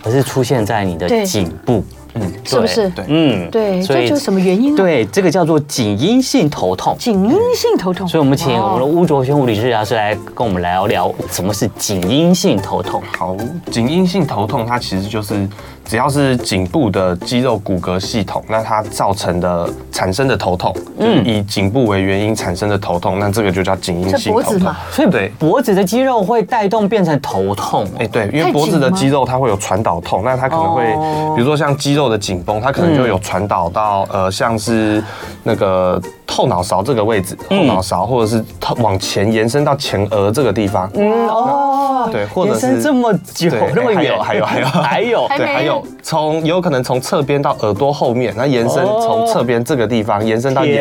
[SPEAKER 2] 而是出现在你的
[SPEAKER 1] 对
[SPEAKER 2] 颈部，
[SPEAKER 1] 是不是
[SPEAKER 3] 对
[SPEAKER 2] 嗯，
[SPEAKER 1] 对，
[SPEAKER 2] 所
[SPEAKER 1] 这
[SPEAKER 2] 以
[SPEAKER 1] 就是什么原因啊？，
[SPEAKER 2] 对这个叫做颈因性头痛。
[SPEAKER 1] 颈因性头痛。
[SPEAKER 2] 所以，我们请我
[SPEAKER 1] 哇
[SPEAKER 2] 们的巫卓轩物理治疗师来跟我们聊聊什么是颈因性头痛。
[SPEAKER 3] 好，颈因性头痛它其实就是只要是颈部的肌肉骨骼系统，那它造成的产生的头痛，
[SPEAKER 1] 嗯
[SPEAKER 3] 就是以颈部为原因产生的头痛，那这个就叫颈因
[SPEAKER 1] 这
[SPEAKER 3] 性
[SPEAKER 1] 脖
[SPEAKER 3] 头
[SPEAKER 1] 子
[SPEAKER 3] 痛
[SPEAKER 1] 嘛。
[SPEAKER 3] 所以对。
[SPEAKER 2] 脖子的肌肉会带动变成头痛哦、
[SPEAKER 3] 哎、对，因
[SPEAKER 1] 太
[SPEAKER 3] 为脖子的
[SPEAKER 1] 紧吗
[SPEAKER 3] 肌肉它会有传导痛，那它可能会，
[SPEAKER 2] 哦
[SPEAKER 3] 比如说像肌肉的紧绷，它可能就有传导到、呃，像是那个后脑勺这个位置，
[SPEAKER 1] 嗯
[SPEAKER 3] 后脑勺或者是头往前延伸到前额这个地方，
[SPEAKER 2] 嗯哦，
[SPEAKER 3] 对或者
[SPEAKER 2] 延伸
[SPEAKER 3] 是
[SPEAKER 2] 这么久
[SPEAKER 3] 对
[SPEAKER 2] 那么
[SPEAKER 3] 还
[SPEAKER 2] 远，
[SPEAKER 3] 有还有还有
[SPEAKER 2] 还有
[SPEAKER 1] 还
[SPEAKER 3] 对，
[SPEAKER 1] 没
[SPEAKER 3] 还有从有可能从侧边到耳朵后面，那延伸
[SPEAKER 2] 哦
[SPEAKER 3] 从侧边这个地方延伸到
[SPEAKER 2] 天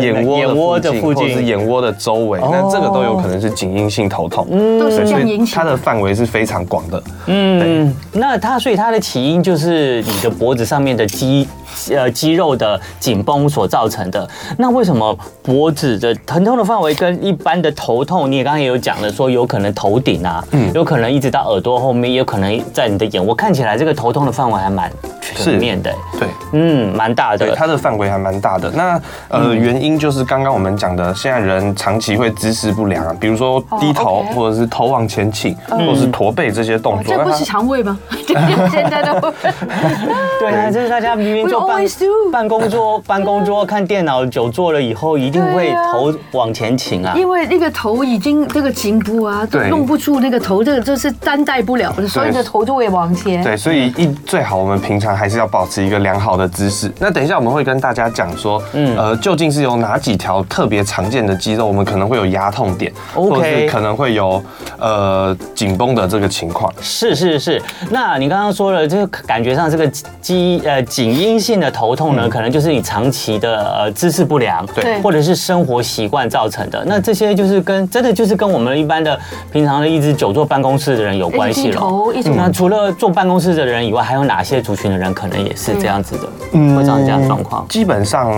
[SPEAKER 3] 眼眼窝
[SPEAKER 2] 眼窝的
[SPEAKER 3] 的
[SPEAKER 2] 附
[SPEAKER 3] 附近，
[SPEAKER 2] 近
[SPEAKER 3] 或者是眼窝的周围，
[SPEAKER 2] 哦
[SPEAKER 3] 那这个都有可能是颈因性头痛，
[SPEAKER 1] 都是嗯
[SPEAKER 3] 对，
[SPEAKER 1] 这
[SPEAKER 3] 所
[SPEAKER 1] 样
[SPEAKER 3] 以
[SPEAKER 1] 引起
[SPEAKER 3] 它的范围是非常广的。
[SPEAKER 2] 嗯，那它所以它的起因就是你的脖子上面的肌呃肌肉的紧绷所造成的。那为什么脖子的疼痛的范围跟一般的头痛，你也刚刚也有讲了，说有可能头顶啊，
[SPEAKER 3] 嗯
[SPEAKER 2] 有可能一直到耳朵后面，也有可能在你的眼窝。看起来这个头痛的范围还蛮全面的，
[SPEAKER 3] 对，
[SPEAKER 2] 嗯，蛮大
[SPEAKER 3] 对，
[SPEAKER 2] 的。
[SPEAKER 3] 它的范围还蛮大的。那呃，原因就是刚刚我们讲的，现在人长期会姿势不良啊，比如说低头、
[SPEAKER 1] OK
[SPEAKER 3] 或者是头往前倾，或者是驼背这些动作。
[SPEAKER 1] 哦这
[SPEAKER 3] 那
[SPEAKER 1] 不
[SPEAKER 3] 它
[SPEAKER 1] 是肠胃吗？ 现在 都
[SPEAKER 2] 对啊，就是大家明明就
[SPEAKER 1] We
[SPEAKER 2] 办
[SPEAKER 1] always do 啊
[SPEAKER 2] 办公桌、办公桌看电脑久坐了以后，一定会
[SPEAKER 1] 对啊
[SPEAKER 2] 头往前倾啊。
[SPEAKER 1] 因为那个头已经这个颈部啊，都
[SPEAKER 3] 对
[SPEAKER 1] 弄不住那个头，这个就是担待不了，所以你的头就会往前。
[SPEAKER 3] 对，所以一最好我们平常还是要保持一个良好的姿势。那等一下我们会跟大家讲说，
[SPEAKER 2] 嗯
[SPEAKER 3] 呃，究竟是有哪几条特别常见的肌肉，我们可能会有压痛点
[SPEAKER 2] OK
[SPEAKER 3] 或者是可能会有呃紧绷的这个情况。
[SPEAKER 2] 是是是，那你刚刚说了，就是感觉上这个肌呃颈因性的头痛呢，可能就是你长期的呃姿势不良，
[SPEAKER 1] 对
[SPEAKER 2] 或者是生活习惯造成的。那这些就是跟真的就是跟我们一般的平常的一直久坐办公室的人有关系
[SPEAKER 1] 低
[SPEAKER 2] 了。嗯
[SPEAKER 1] 头一直
[SPEAKER 2] 那除了坐办公室的人以外，还有哪些族群的人可能也
[SPEAKER 1] 嗯
[SPEAKER 2] 是这样子的，会造成这样的状况？
[SPEAKER 3] 嗯
[SPEAKER 2] 嗯
[SPEAKER 3] 基本上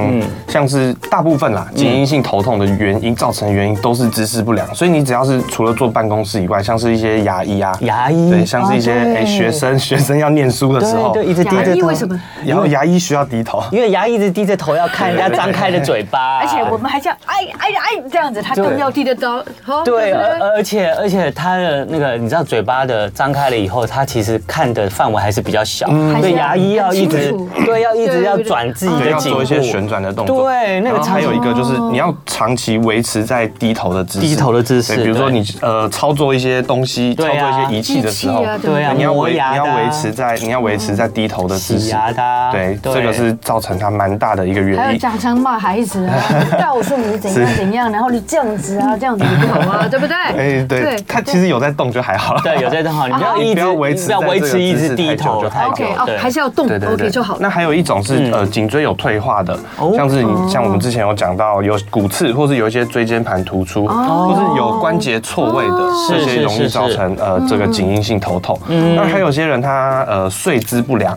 [SPEAKER 3] 像是大部分啦，颈因性头痛的原因造成的原因都是姿势不良，所以你只要是除了坐办公室以外，像是一些牙医啊，
[SPEAKER 2] 牙医
[SPEAKER 3] 对，像是一些
[SPEAKER 2] 哦对
[SPEAKER 3] 哎学生学生要念书的时候，
[SPEAKER 2] 对对，一直低
[SPEAKER 1] 牙
[SPEAKER 2] 着
[SPEAKER 1] 医
[SPEAKER 2] 头
[SPEAKER 1] 哎为，什么？
[SPEAKER 3] 然后牙医需要低头。
[SPEAKER 2] 因为牙一直低着头要看人家张开的嘴巴，
[SPEAKER 1] 而且我们还这样，哎哎哎这样子，他
[SPEAKER 2] 对
[SPEAKER 1] 更要低得高。哦
[SPEAKER 2] 对，啊呃
[SPEAKER 1] 不
[SPEAKER 2] 而而且而且它的那个，你知道嘴巴的张开了以后，它其实看的范围还是比较小，
[SPEAKER 1] 还
[SPEAKER 2] 所
[SPEAKER 1] 是
[SPEAKER 2] 以
[SPEAKER 1] 要
[SPEAKER 2] 牙医要一直
[SPEAKER 1] 很清楚
[SPEAKER 2] 对要一直
[SPEAKER 1] 对
[SPEAKER 2] 要
[SPEAKER 1] 对对
[SPEAKER 2] 转自己
[SPEAKER 3] 嗯对，
[SPEAKER 2] 的
[SPEAKER 3] 要
[SPEAKER 2] 颈
[SPEAKER 3] 做一些旋
[SPEAKER 2] 部。
[SPEAKER 3] 转的动作。
[SPEAKER 2] 对那个
[SPEAKER 3] 然后还
[SPEAKER 2] 长哦
[SPEAKER 3] 有一个就是你要长期维持在低头的姿势，
[SPEAKER 2] 低头的姿势
[SPEAKER 3] 对比如说
[SPEAKER 2] 对
[SPEAKER 3] 你呃操作一些东西，操
[SPEAKER 2] 对
[SPEAKER 3] 作
[SPEAKER 2] 啊
[SPEAKER 3] 一些仪器的时候
[SPEAKER 1] 仪器啊，
[SPEAKER 2] 对啊，
[SPEAKER 3] 你要
[SPEAKER 2] 磨
[SPEAKER 3] 维你
[SPEAKER 2] 牙
[SPEAKER 3] 要
[SPEAKER 2] 的啊
[SPEAKER 3] 维持在你要维持在低头的姿
[SPEAKER 2] 洗
[SPEAKER 3] 势。
[SPEAKER 2] 牙的啊，
[SPEAKER 3] 对，这个是造成它蛮大的一个
[SPEAKER 1] 还
[SPEAKER 3] 原
[SPEAKER 1] 有
[SPEAKER 3] 因。
[SPEAKER 1] 家长骂孩子啊，告诉你怎样怎样，然后你这样子啊，这样子你不好 啊，对不对？
[SPEAKER 3] 哎，对，它其实有在动就还好了。
[SPEAKER 2] 对有在正好，你不要
[SPEAKER 1] 啊
[SPEAKER 2] 一直
[SPEAKER 3] 不要维持
[SPEAKER 2] 不要
[SPEAKER 3] 在
[SPEAKER 2] 维
[SPEAKER 3] 这个
[SPEAKER 2] 持一
[SPEAKER 3] 姿势
[SPEAKER 2] 直低
[SPEAKER 3] 太久
[SPEAKER 2] 头
[SPEAKER 3] 就
[SPEAKER 2] 太
[SPEAKER 3] 好
[SPEAKER 2] 久
[SPEAKER 1] OK，哦，
[SPEAKER 2] 对
[SPEAKER 1] 还是要动
[SPEAKER 3] 对对
[SPEAKER 1] ，OK
[SPEAKER 3] 对
[SPEAKER 1] 就好
[SPEAKER 3] 那
[SPEAKER 1] 了。
[SPEAKER 3] 还有一种是
[SPEAKER 2] 嗯
[SPEAKER 3] 呃颈椎有退化的
[SPEAKER 2] 哦，
[SPEAKER 3] 像是你像我们之前有讲到有骨刺，或是有一些椎间盘突出，
[SPEAKER 1] 哦
[SPEAKER 3] 或是有关节错位的，这
[SPEAKER 2] 哦是是
[SPEAKER 3] 些容
[SPEAKER 2] 是嗯
[SPEAKER 3] 易造
[SPEAKER 2] 是
[SPEAKER 3] 成呃这个颈因性头痛。那还有些人他呃睡姿不良。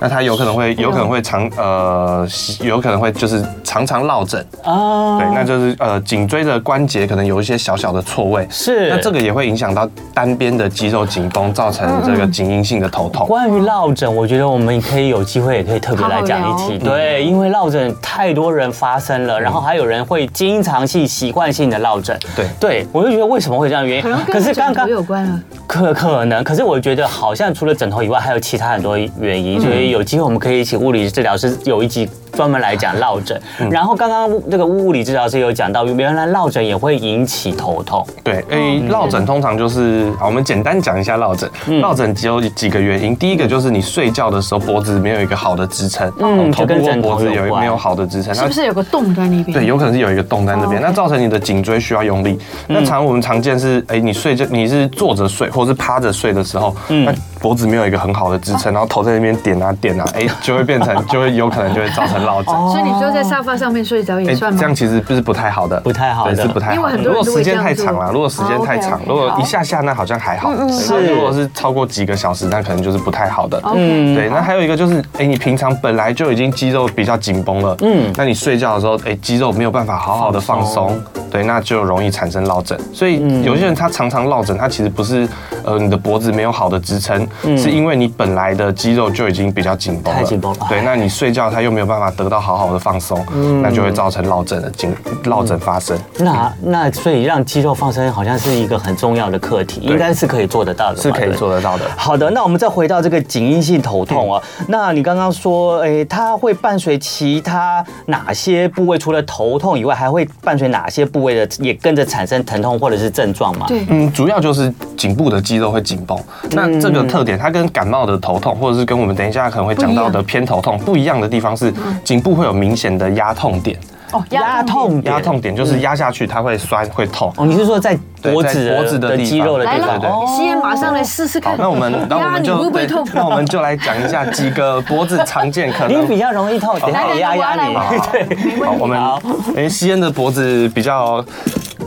[SPEAKER 3] 那它有可能会有可
[SPEAKER 2] 嗯
[SPEAKER 3] 能会长呃西有可能会就是常常落枕，
[SPEAKER 2] 啊
[SPEAKER 3] 对，那就是呃颈椎的关节可能有一些小小的错位，
[SPEAKER 2] 是
[SPEAKER 3] 那这个也会影响到单边的肌肉紧绷，造成这个
[SPEAKER 2] 嗯
[SPEAKER 3] 颈阴性的头痛。
[SPEAKER 2] 关于落枕，我觉得我们可以有机会也可以特别来讲一
[SPEAKER 1] 好好
[SPEAKER 2] 题。
[SPEAKER 1] 聊嗯
[SPEAKER 2] 对，因为落枕太多人发生了，然后还有人会经常性习惯性的落枕。
[SPEAKER 3] 对
[SPEAKER 2] 对我就觉得为什么会这样的原因
[SPEAKER 1] 可能？
[SPEAKER 2] 可
[SPEAKER 1] 跟
[SPEAKER 2] 是刚
[SPEAKER 1] 枕头
[SPEAKER 2] 刚
[SPEAKER 1] 有关啊了。
[SPEAKER 2] 可可能，可是我觉得好像除了枕头以外，还有其他很多原
[SPEAKER 1] 嗯
[SPEAKER 2] 因，所以有机会我们可以请物理治疗师有一集专门来讲落枕。
[SPEAKER 1] 嗯
[SPEAKER 2] 然后刚刚那个物理治疗师有讲到，原来落枕也会引起头痛。
[SPEAKER 3] 对，诶，
[SPEAKER 2] 嗯
[SPEAKER 3] 落枕通常就是，好我们简单讲一下落枕。落枕只有几个原因，第一个就是你睡觉的时候脖子没有一个好的支撑，哦
[SPEAKER 2] 嗯
[SPEAKER 3] 头
[SPEAKER 2] 就跟
[SPEAKER 3] 部或
[SPEAKER 2] 枕头
[SPEAKER 3] 脖子
[SPEAKER 2] 有
[SPEAKER 3] 有
[SPEAKER 2] 关
[SPEAKER 3] 没有好的支撑，
[SPEAKER 1] 是不是有个洞在那边？
[SPEAKER 3] 对，有可能是有一个洞在那边，
[SPEAKER 1] 哦，OK
[SPEAKER 3] 那造成你的颈椎需要用力。
[SPEAKER 2] 嗯
[SPEAKER 3] 那常我们常见是，哎，你睡觉你是坐着睡或是趴着睡的时候，
[SPEAKER 2] 嗯
[SPEAKER 3] 那脖子没有一个很好的支
[SPEAKER 2] 哦
[SPEAKER 3] 撑，然后头在那边点啊点啊，哎，就会变成就会有可能就会造成落枕。
[SPEAKER 2] 哦
[SPEAKER 1] 所以你说在沙发上面睡着也
[SPEAKER 3] 哎，
[SPEAKER 1] 算吗？
[SPEAKER 3] 这样其实不是不太好的，
[SPEAKER 2] 不太好的
[SPEAKER 3] 对是不太
[SPEAKER 1] 因
[SPEAKER 3] 好
[SPEAKER 1] 为
[SPEAKER 3] 的。
[SPEAKER 1] 很多
[SPEAKER 3] 如
[SPEAKER 1] 人
[SPEAKER 3] 果
[SPEAKER 1] 都
[SPEAKER 3] 时
[SPEAKER 1] 会这
[SPEAKER 3] 间
[SPEAKER 1] 样
[SPEAKER 3] 太长
[SPEAKER 1] 做
[SPEAKER 3] 了，如果时
[SPEAKER 1] 哦
[SPEAKER 3] 间
[SPEAKER 1] ，OK，
[SPEAKER 3] 太长
[SPEAKER 1] OK，，
[SPEAKER 3] 如果
[SPEAKER 1] 好嗯
[SPEAKER 3] 一下下那好像还好，对
[SPEAKER 2] 是
[SPEAKER 3] 如果是超过几个小时，那可能就是不太好的。
[SPEAKER 1] OK，
[SPEAKER 2] 嗯
[SPEAKER 3] 对，那还有一个就是，哎、你平常本来就已经肌肉比较紧绷了，嗯，那你睡觉的时候，哎、肌肉没有办法好好的放松，对，那就容易产生落枕。所
[SPEAKER 2] 嗯
[SPEAKER 3] 以有些人他常常落枕，他其实不是，呃，你的脖子没有好的支撑，是因为你本来的肌肉就已经比较紧绷了，
[SPEAKER 2] 嗯太紧绷了
[SPEAKER 3] 对，那你睡觉他又没有办法得到好好的放松，
[SPEAKER 2] 嗯
[SPEAKER 3] 那就会造成落枕的颈落枕发生。
[SPEAKER 2] 那那所以让肌肉放松好像是一个很重要的课题，应该是可以做得到的吧，
[SPEAKER 3] 是可以
[SPEAKER 2] 对
[SPEAKER 3] 做得到的
[SPEAKER 2] 好的，那我们再回到这个颈阴性头痛啊，那你刚刚说，诶，它会伴随其他哪些部位？除了头痛以外，还会伴随哪些部位的也跟着产生疼痛或者是症状吗？
[SPEAKER 1] 对，
[SPEAKER 3] 嗯，主要就是颈部的肌肉会紧绷。那
[SPEAKER 2] 嗯
[SPEAKER 3] 这个特点，它跟感冒的头痛，或者是跟我们等一下可能会讲到的偏头痛不一样的地方是，
[SPEAKER 2] 嗯
[SPEAKER 3] 颈部会有明显的压痛点。
[SPEAKER 1] 哦，
[SPEAKER 2] 压痛点
[SPEAKER 3] 压痛点就是压下去，它会酸会痛。
[SPEAKER 2] 哦，你是说在
[SPEAKER 3] 对
[SPEAKER 2] 脖
[SPEAKER 3] 在
[SPEAKER 2] 子
[SPEAKER 3] 脖子的地
[SPEAKER 2] 肌
[SPEAKER 3] 方
[SPEAKER 2] 肉的
[SPEAKER 1] 来
[SPEAKER 2] 地
[SPEAKER 1] 了
[SPEAKER 2] 方？
[SPEAKER 3] 对对对，
[SPEAKER 1] 西安马上来试试
[SPEAKER 3] 好
[SPEAKER 1] 看，。
[SPEAKER 3] 那我 们那我
[SPEAKER 1] 压
[SPEAKER 3] 们
[SPEAKER 1] 你
[SPEAKER 3] 就
[SPEAKER 1] 会不会痛？
[SPEAKER 3] 对那我们就来讲一下几个脖子常见 可
[SPEAKER 2] 你
[SPEAKER 3] 能
[SPEAKER 2] 比较容易痛，等一下
[SPEAKER 1] 来
[SPEAKER 2] 我
[SPEAKER 1] 来
[SPEAKER 2] 压
[SPEAKER 1] 来，我要
[SPEAKER 2] 压
[SPEAKER 1] 来，我。
[SPEAKER 2] 你
[SPEAKER 1] 要来，没
[SPEAKER 3] 好，
[SPEAKER 1] 问
[SPEAKER 3] 我
[SPEAKER 1] 题。
[SPEAKER 3] 们
[SPEAKER 2] 好
[SPEAKER 3] 哎，西恩的脖子比较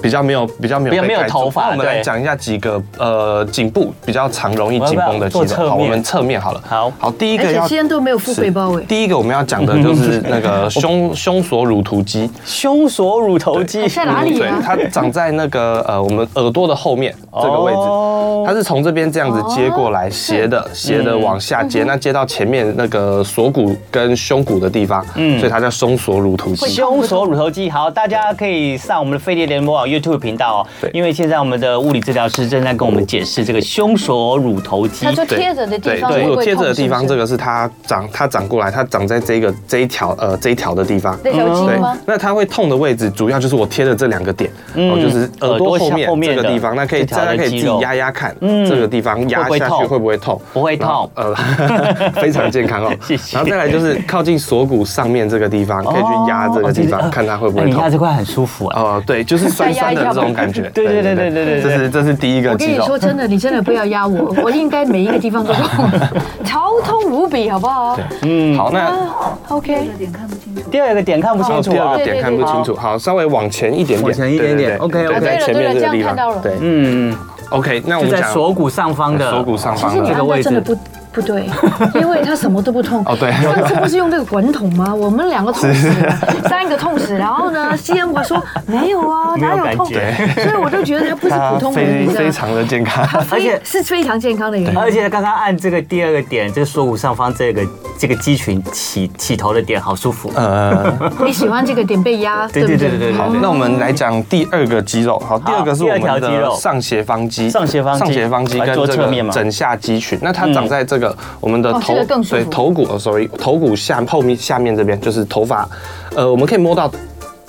[SPEAKER 3] 比较没有比较没有
[SPEAKER 2] 比较
[SPEAKER 3] 被
[SPEAKER 2] 没有
[SPEAKER 3] 盖住
[SPEAKER 2] 头发
[SPEAKER 3] 那我们来
[SPEAKER 2] 对
[SPEAKER 3] 讲一下几个呃颈部比较常容易
[SPEAKER 2] 我要
[SPEAKER 3] 紧
[SPEAKER 2] 不要
[SPEAKER 3] 绷的肌
[SPEAKER 2] 做侧
[SPEAKER 3] 肉。好，我
[SPEAKER 2] 面
[SPEAKER 3] 们侧面好了。
[SPEAKER 2] 好
[SPEAKER 3] 好，第一
[SPEAKER 1] 而
[SPEAKER 3] 个
[SPEAKER 1] 且
[SPEAKER 3] 要嗯
[SPEAKER 1] 西安都没有富贵包哎，
[SPEAKER 3] 第一个我们要讲的就是那 个胸胸锁乳突肌，
[SPEAKER 2] 胸锁乳头肌
[SPEAKER 1] 在哪里
[SPEAKER 3] 对
[SPEAKER 1] 啊，
[SPEAKER 3] 它长在那个呃我们耳朵的后面这个位置
[SPEAKER 2] 哦，
[SPEAKER 3] 它是从这边这样子接过来，斜
[SPEAKER 1] 哦
[SPEAKER 3] 的斜
[SPEAKER 1] 嗯
[SPEAKER 3] 的往下接，那接到前面那个锁骨跟胸骨的地方，
[SPEAKER 1] 嗯
[SPEAKER 3] 所以它叫胸锁乳突肌。
[SPEAKER 2] 胸锁乳头肌，好，大家可以上我们的飞碟联播网 YouTube 频道哦
[SPEAKER 3] 对，
[SPEAKER 2] 因为现在我们的物理治疗师正在跟我们解释这个胸锁乳头肌
[SPEAKER 1] 它。就贴着的地
[SPEAKER 3] 对，
[SPEAKER 1] 方
[SPEAKER 3] 对，
[SPEAKER 1] 会不
[SPEAKER 3] 有
[SPEAKER 1] 会
[SPEAKER 3] 贴着的地方，这
[SPEAKER 1] 个
[SPEAKER 3] 个是它长，它长过来，它长在这个这一条呃这一条的地方。
[SPEAKER 1] 那条
[SPEAKER 3] 对
[SPEAKER 1] 筋吗？，
[SPEAKER 3] 那它会痛的位置主要就是我贴的这两个点，哦，就是耳朵后面
[SPEAKER 2] 嗯耳朵下后面
[SPEAKER 3] 这
[SPEAKER 2] 的
[SPEAKER 3] 个地方，那可以
[SPEAKER 2] 这条的
[SPEAKER 3] 大家可以自
[SPEAKER 2] 肌肉
[SPEAKER 3] 己压压看，这个地方压
[SPEAKER 2] 会不
[SPEAKER 3] 下
[SPEAKER 2] 会痛
[SPEAKER 3] 去会不会痛？
[SPEAKER 2] 不会痛
[SPEAKER 3] 然后呃， 非常健康哦。
[SPEAKER 2] 谢谢
[SPEAKER 3] 然后再来就是靠近锁骨上面这个地方，可以去压这个地
[SPEAKER 2] 哦
[SPEAKER 3] 方，看它会不
[SPEAKER 2] 那
[SPEAKER 3] 会
[SPEAKER 2] 你压
[SPEAKER 3] 痛。
[SPEAKER 2] 这块很舒服啊。
[SPEAKER 3] 哦，对，就是酸酸的
[SPEAKER 1] 再压一下
[SPEAKER 3] 这
[SPEAKER 1] 吧
[SPEAKER 3] 种感觉。
[SPEAKER 2] 对对对对对对对
[SPEAKER 3] 这是这是第一个
[SPEAKER 1] 我跟
[SPEAKER 3] 肌
[SPEAKER 1] 你
[SPEAKER 3] 肉
[SPEAKER 1] 说。真的，你真的不要压 我，我应该每一个地方都痛，头痛无比，好不好？
[SPEAKER 3] 嗯，好，那
[SPEAKER 1] 啊，OK，
[SPEAKER 2] 第二个点看不清
[SPEAKER 3] 哦，
[SPEAKER 2] 楚
[SPEAKER 3] 第二
[SPEAKER 2] 啊
[SPEAKER 3] 个。点看不清楚，好，稍微往前一点点，
[SPEAKER 2] 往前一点点
[SPEAKER 3] 对对对
[SPEAKER 2] OK，OK
[SPEAKER 3] 对在前面这个
[SPEAKER 1] 对了对了
[SPEAKER 3] 地
[SPEAKER 1] 这样看到了
[SPEAKER 3] 方，对
[SPEAKER 2] 嗯，
[SPEAKER 3] ，OK，那我
[SPEAKER 2] 就
[SPEAKER 3] 们
[SPEAKER 2] 在
[SPEAKER 3] 讲
[SPEAKER 2] 锁骨上方的
[SPEAKER 3] 锁骨。上
[SPEAKER 1] 其
[SPEAKER 3] 方
[SPEAKER 1] 实你
[SPEAKER 3] 的，
[SPEAKER 1] 安排真的不不对，因为他什么都不痛。
[SPEAKER 3] 哦对
[SPEAKER 1] 上次不是用那个滚筒吗？我们两个痛死了，三个痛死。然后 呢，西恩我说没有啊，哪有痛？
[SPEAKER 2] 没有感
[SPEAKER 1] 所以我就觉得他不是普通人，
[SPEAKER 3] 啊非
[SPEAKER 1] 你知道
[SPEAKER 3] 非
[SPEAKER 1] 吗？
[SPEAKER 3] 常的健 康。
[SPEAKER 1] 他非
[SPEAKER 2] 而且
[SPEAKER 1] 是非常健康的人。
[SPEAKER 2] 而且刚刚按这个第二个点，这个锁骨上方这个这个肌群起起头的点，好舒服。
[SPEAKER 3] 呃，
[SPEAKER 1] 你喜欢这个点被压，
[SPEAKER 2] 对
[SPEAKER 1] 对不
[SPEAKER 2] 对对对
[SPEAKER 1] 对？
[SPEAKER 2] 对
[SPEAKER 3] 好，那我们来讲第二个肌肉。好，第二个是我
[SPEAKER 2] 第二条
[SPEAKER 3] 们
[SPEAKER 2] 肌
[SPEAKER 3] 的
[SPEAKER 2] 肉
[SPEAKER 3] 上斜方肌，
[SPEAKER 2] 上斜方肌
[SPEAKER 3] 上斜方肌
[SPEAKER 2] 来
[SPEAKER 3] 跟
[SPEAKER 2] 做
[SPEAKER 3] 这
[SPEAKER 2] 侧面
[SPEAKER 3] 个
[SPEAKER 2] 嘛
[SPEAKER 3] 枕下肌群。那它长在这个我们的
[SPEAKER 1] 哦
[SPEAKER 3] 头
[SPEAKER 1] 这个更，舒服
[SPEAKER 3] 对头骨哦，sorry，头骨下后面下面这边就是头发，呃，我们可以摸到。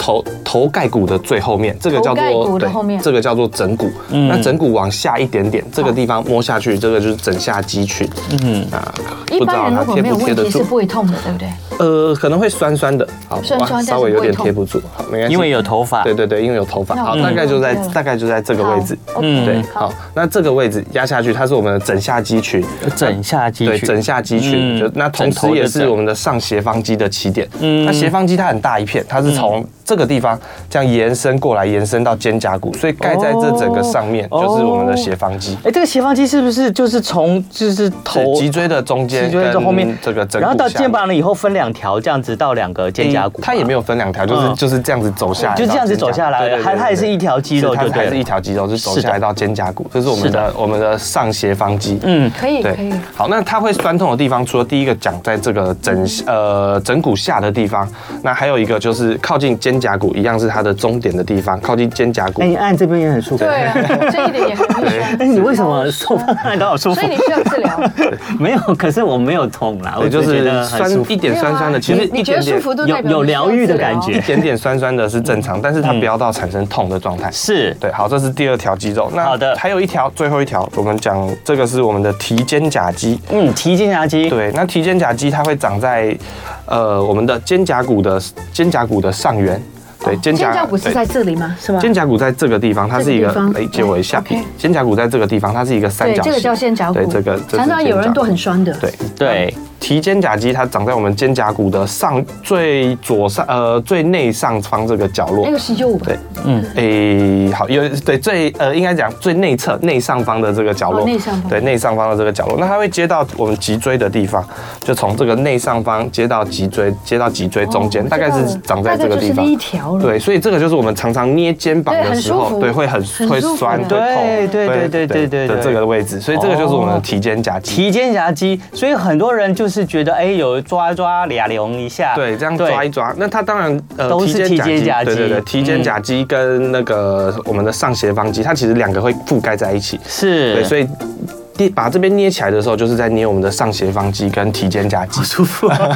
[SPEAKER 3] 头头盖骨的最后面，这个叫
[SPEAKER 1] 头盖
[SPEAKER 3] 做
[SPEAKER 1] 骨的
[SPEAKER 3] 对
[SPEAKER 1] 后面嗯
[SPEAKER 3] 这个叫做枕骨。那枕骨往下一点点，这个地方摸下去，这个就是枕下肌群。嗯啊，
[SPEAKER 1] 一
[SPEAKER 3] 不知
[SPEAKER 1] 般
[SPEAKER 3] 道
[SPEAKER 1] 人
[SPEAKER 3] 它
[SPEAKER 1] 如果
[SPEAKER 3] 贴
[SPEAKER 1] 没有
[SPEAKER 3] 不贴
[SPEAKER 1] 问
[SPEAKER 3] 得
[SPEAKER 1] 题是
[SPEAKER 3] 住？
[SPEAKER 1] 不会痛的，对不对？
[SPEAKER 3] 呃，可能会酸酸的，好，
[SPEAKER 1] 酸
[SPEAKER 3] 哇
[SPEAKER 1] 酸但是
[SPEAKER 3] 稍微有
[SPEAKER 1] 不会
[SPEAKER 3] 点
[SPEAKER 1] 痛
[SPEAKER 3] 贴不住，好，没关系，
[SPEAKER 2] 因为有头发，
[SPEAKER 3] 对对对，因为有头发，
[SPEAKER 1] 那我
[SPEAKER 3] 好，
[SPEAKER 1] 懂
[SPEAKER 3] 大概就在
[SPEAKER 1] 了
[SPEAKER 3] 大概就在这个位置，
[SPEAKER 1] 好嗯
[SPEAKER 3] 对，
[SPEAKER 1] 好
[SPEAKER 3] 好，那这个位置压下去，它是我们的枕下肌群，
[SPEAKER 2] 枕下肌
[SPEAKER 3] 对，
[SPEAKER 2] 群
[SPEAKER 3] 枕下肌群，
[SPEAKER 2] 嗯
[SPEAKER 3] 就那同
[SPEAKER 2] 枕头
[SPEAKER 3] 时
[SPEAKER 2] 的
[SPEAKER 3] 也是
[SPEAKER 2] 枕嗯
[SPEAKER 3] 我们的上斜方肌的起点，那斜方肌它很大一片，它是从这这个地方这样延伸过来，延伸到肩胛骨，所以盖在这整个上面
[SPEAKER 2] 哦
[SPEAKER 3] 就是我们的斜方肌。
[SPEAKER 2] 哎，这个斜方肌是不是就是从就是头
[SPEAKER 3] 是脊椎的中间，
[SPEAKER 2] 脊椎的后面
[SPEAKER 3] 这个整
[SPEAKER 2] 然
[SPEAKER 3] 骨下
[SPEAKER 2] 后
[SPEAKER 3] 面，嗯
[SPEAKER 2] 到
[SPEAKER 4] 肩膀了以后分两条，这样子到两个肩胛骨嘛。
[SPEAKER 3] 它也没有分两条，就是
[SPEAKER 2] 啊嗯
[SPEAKER 3] 就是这样子走下来，
[SPEAKER 2] 就这样子走下来
[SPEAKER 3] 对对对
[SPEAKER 2] 还
[SPEAKER 3] 对
[SPEAKER 2] 它也是一条肌肉
[SPEAKER 3] 是它
[SPEAKER 2] 就对
[SPEAKER 3] 还
[SPEAKER 2] 了
[SPEAKER 3] 是一条肌肉，是走
[SPEAKER 2] 是的
[SPEAKER 3] 下来到肩胛骨，这是我们的我们的上斜方肌。
[SPEAKER 2] 嗯
[SPEAKER 1] 可以可以，
[SPEAKER 3] 好，那它会酸痛的地方，除了第一个讲在这个枕呃枕骨下的地方，那还有一个就是靠近肩胛骨，一样是它的终点的地方，靠近肩�c骨
[SPEAKER 2] 哎，。你按这边也很舒服。
[SPEAKER 1] 对，啊，这一点 也很不酸。
[SPEAKER 2] 哎，你为什么手 放按到好舒服
[SPEAKER 1] 所以？你需要治疗，
[SPEAKER 2] 没有，可是我没有痛啦，我
[SPEAKER 3] 对，就
[SPEAKER 2] 只觉得
[SPEAKER 3] 是
[SPEAKER 2] 很
[SPEAKER 3] 酸
[SPEAKER 2] 舒服
[SPEAKER 3] 一。点酸酸的，其
[SPEAKER 1] 没
[SPEAKER 3] 实
[SPEAKER 1] 有啊你
[SPEAKER 3] 一
[SPEAKER 1] 你觉得
[SPEAKER 3] 点
[SPEAKER 1] 舒
[SPEAKER 3] 点
[SPEAKER 1] 服度
[SPEAKER 2] 有
[SPEAKER 1] 代表
[SPEAKER 2] 有
[SPEAKER 1] 你需要
[SPEAKER 2] 疗愈的
[SPEAKER 1] 治疗
[SPEAKER 2] 感觉
[SPEAKER 3] 一点点酸酸的是正常，但是
[SPEAKER 2] 嗯
[SPEAKER 3] 它不要到产生痛的状态。
[SPEAKER 2] 是
[SPEAKER 3] 对，好，这是第二条肌肉。那
[SPEAKER 2] 好的
[SPEAKER 3] 还有一条，最后一条，我们讲这个是我们的提肩胛肌。
[SPEAKER 2] 嗯，提肩胛肌，
[SPEAKER 3] 对，那提肩胛肌它会长在，呃，我们的肩胛骨的肩胛骨的上缘。对，肩
[SPEAKER 1] 哦肩
[SPEAKER 3] 胛
[SPEAKER 1] 胛骨是
[SPEAKER 3] 对
[SPEAKER 1] 在这里吗？是吗？
[SPEAKER 3] 肩胛骨在这个地方，它是一个
[SPEAKER 1] 这个地方，
[SPEAKER 3] 来借我一下
[SPEAKER 1] OK，
[SPEAKER 3] 肩胛骨在这个地方，它是一个三
[SPEAKER 1] 对，
[SPEAKER 3] 角形。
[SPEAKER 1] 这个叫肩胛骨。
[SPEAKER 3] 对，这个这是
[SPEAKER 1] 常常有人
[SPEAKER 3] 肩胛骨
[SPEAKER 1] 都很酸的。
[SPEAKER 3] 对
[SPEAKER 2] 对，
[SPEAKER 3] 提肩胛肌它长在我们肩胛骨的上最左上呃最内上方这个角落
[SPEAKER 1] 那。个十九五吧
[SPEAKER 3] 对，嗯，诶、好，有对最呃，应该讲最内侧内上方的这个角落，
[SPEAKER 1] 哦内上方
[SPEAKER 3] 对内上方的这个角落，那它会接到我们脊椎的地方，就从这个内上方接到脊椎，接到脊椎中间，
[SPEAKER 1] 哦
[SPEAKER 3] 大概
[SPEAKER 1] 我
[SPEAKER 3] 是
[SPEAKER 1] 知道
[SPEAKER 3] 长在这个
[SPEAKER 1] 大概就
[SPEAKER 3] 地
[SPEAKER 1] 是
[SPEAKER 3] 方
[SPEAKER 1] 那一。条了。
[SPEAKER 3] 对，所以这个就是我们常常捏肩膀
[SPEAKER 1] 对
[SPEAKER 3] 的
[SPEAKER 1] 很
[SPEAKER 3] 时
[SPEAKER 1] 舒
[SPEAKER 3] 候，
[SPEAKER 1] 服
[SPEAKER 3] 对，会很
[SPEAKER 1] 很
[SPEAKER 3] 会
[SPEAKER 1] 舒服
[SPEAKER 3] 酸，
[SPEAKER 1] 的
[SPEAKER 3] 会
[SPEAKER 2] 对
[SPEAKER 3] 痛，
[SPEAKER 2] 对对对对对
[SPEAKER 3] 的
[SPEAKER 2] 对哦
[SPEAKER 3] 这个位置，所以这个就是我们的提肩胛肌。
[SPEAKER 2] 提肩胛肌，所以很多人就是觉得，哎，有抓一抓俩龙一下，
[SPEAKER 3] 对，这样抓一抓。那它当然呃
[SPEAKER 2] 都是提肩胛肌嗯
[SPEAKER 3] 对对对，提肩胛肌跟那个我们的上斜方肌，它其实两个会覆盖在一起。
[SPEAKER 2] 是，
[SPEAKER 3] 对，所以捏把这边捏起来的时候，就是在捏我们的上斜方肌跟提肩胛肌。
[SPEAKER 2] 舒服啊，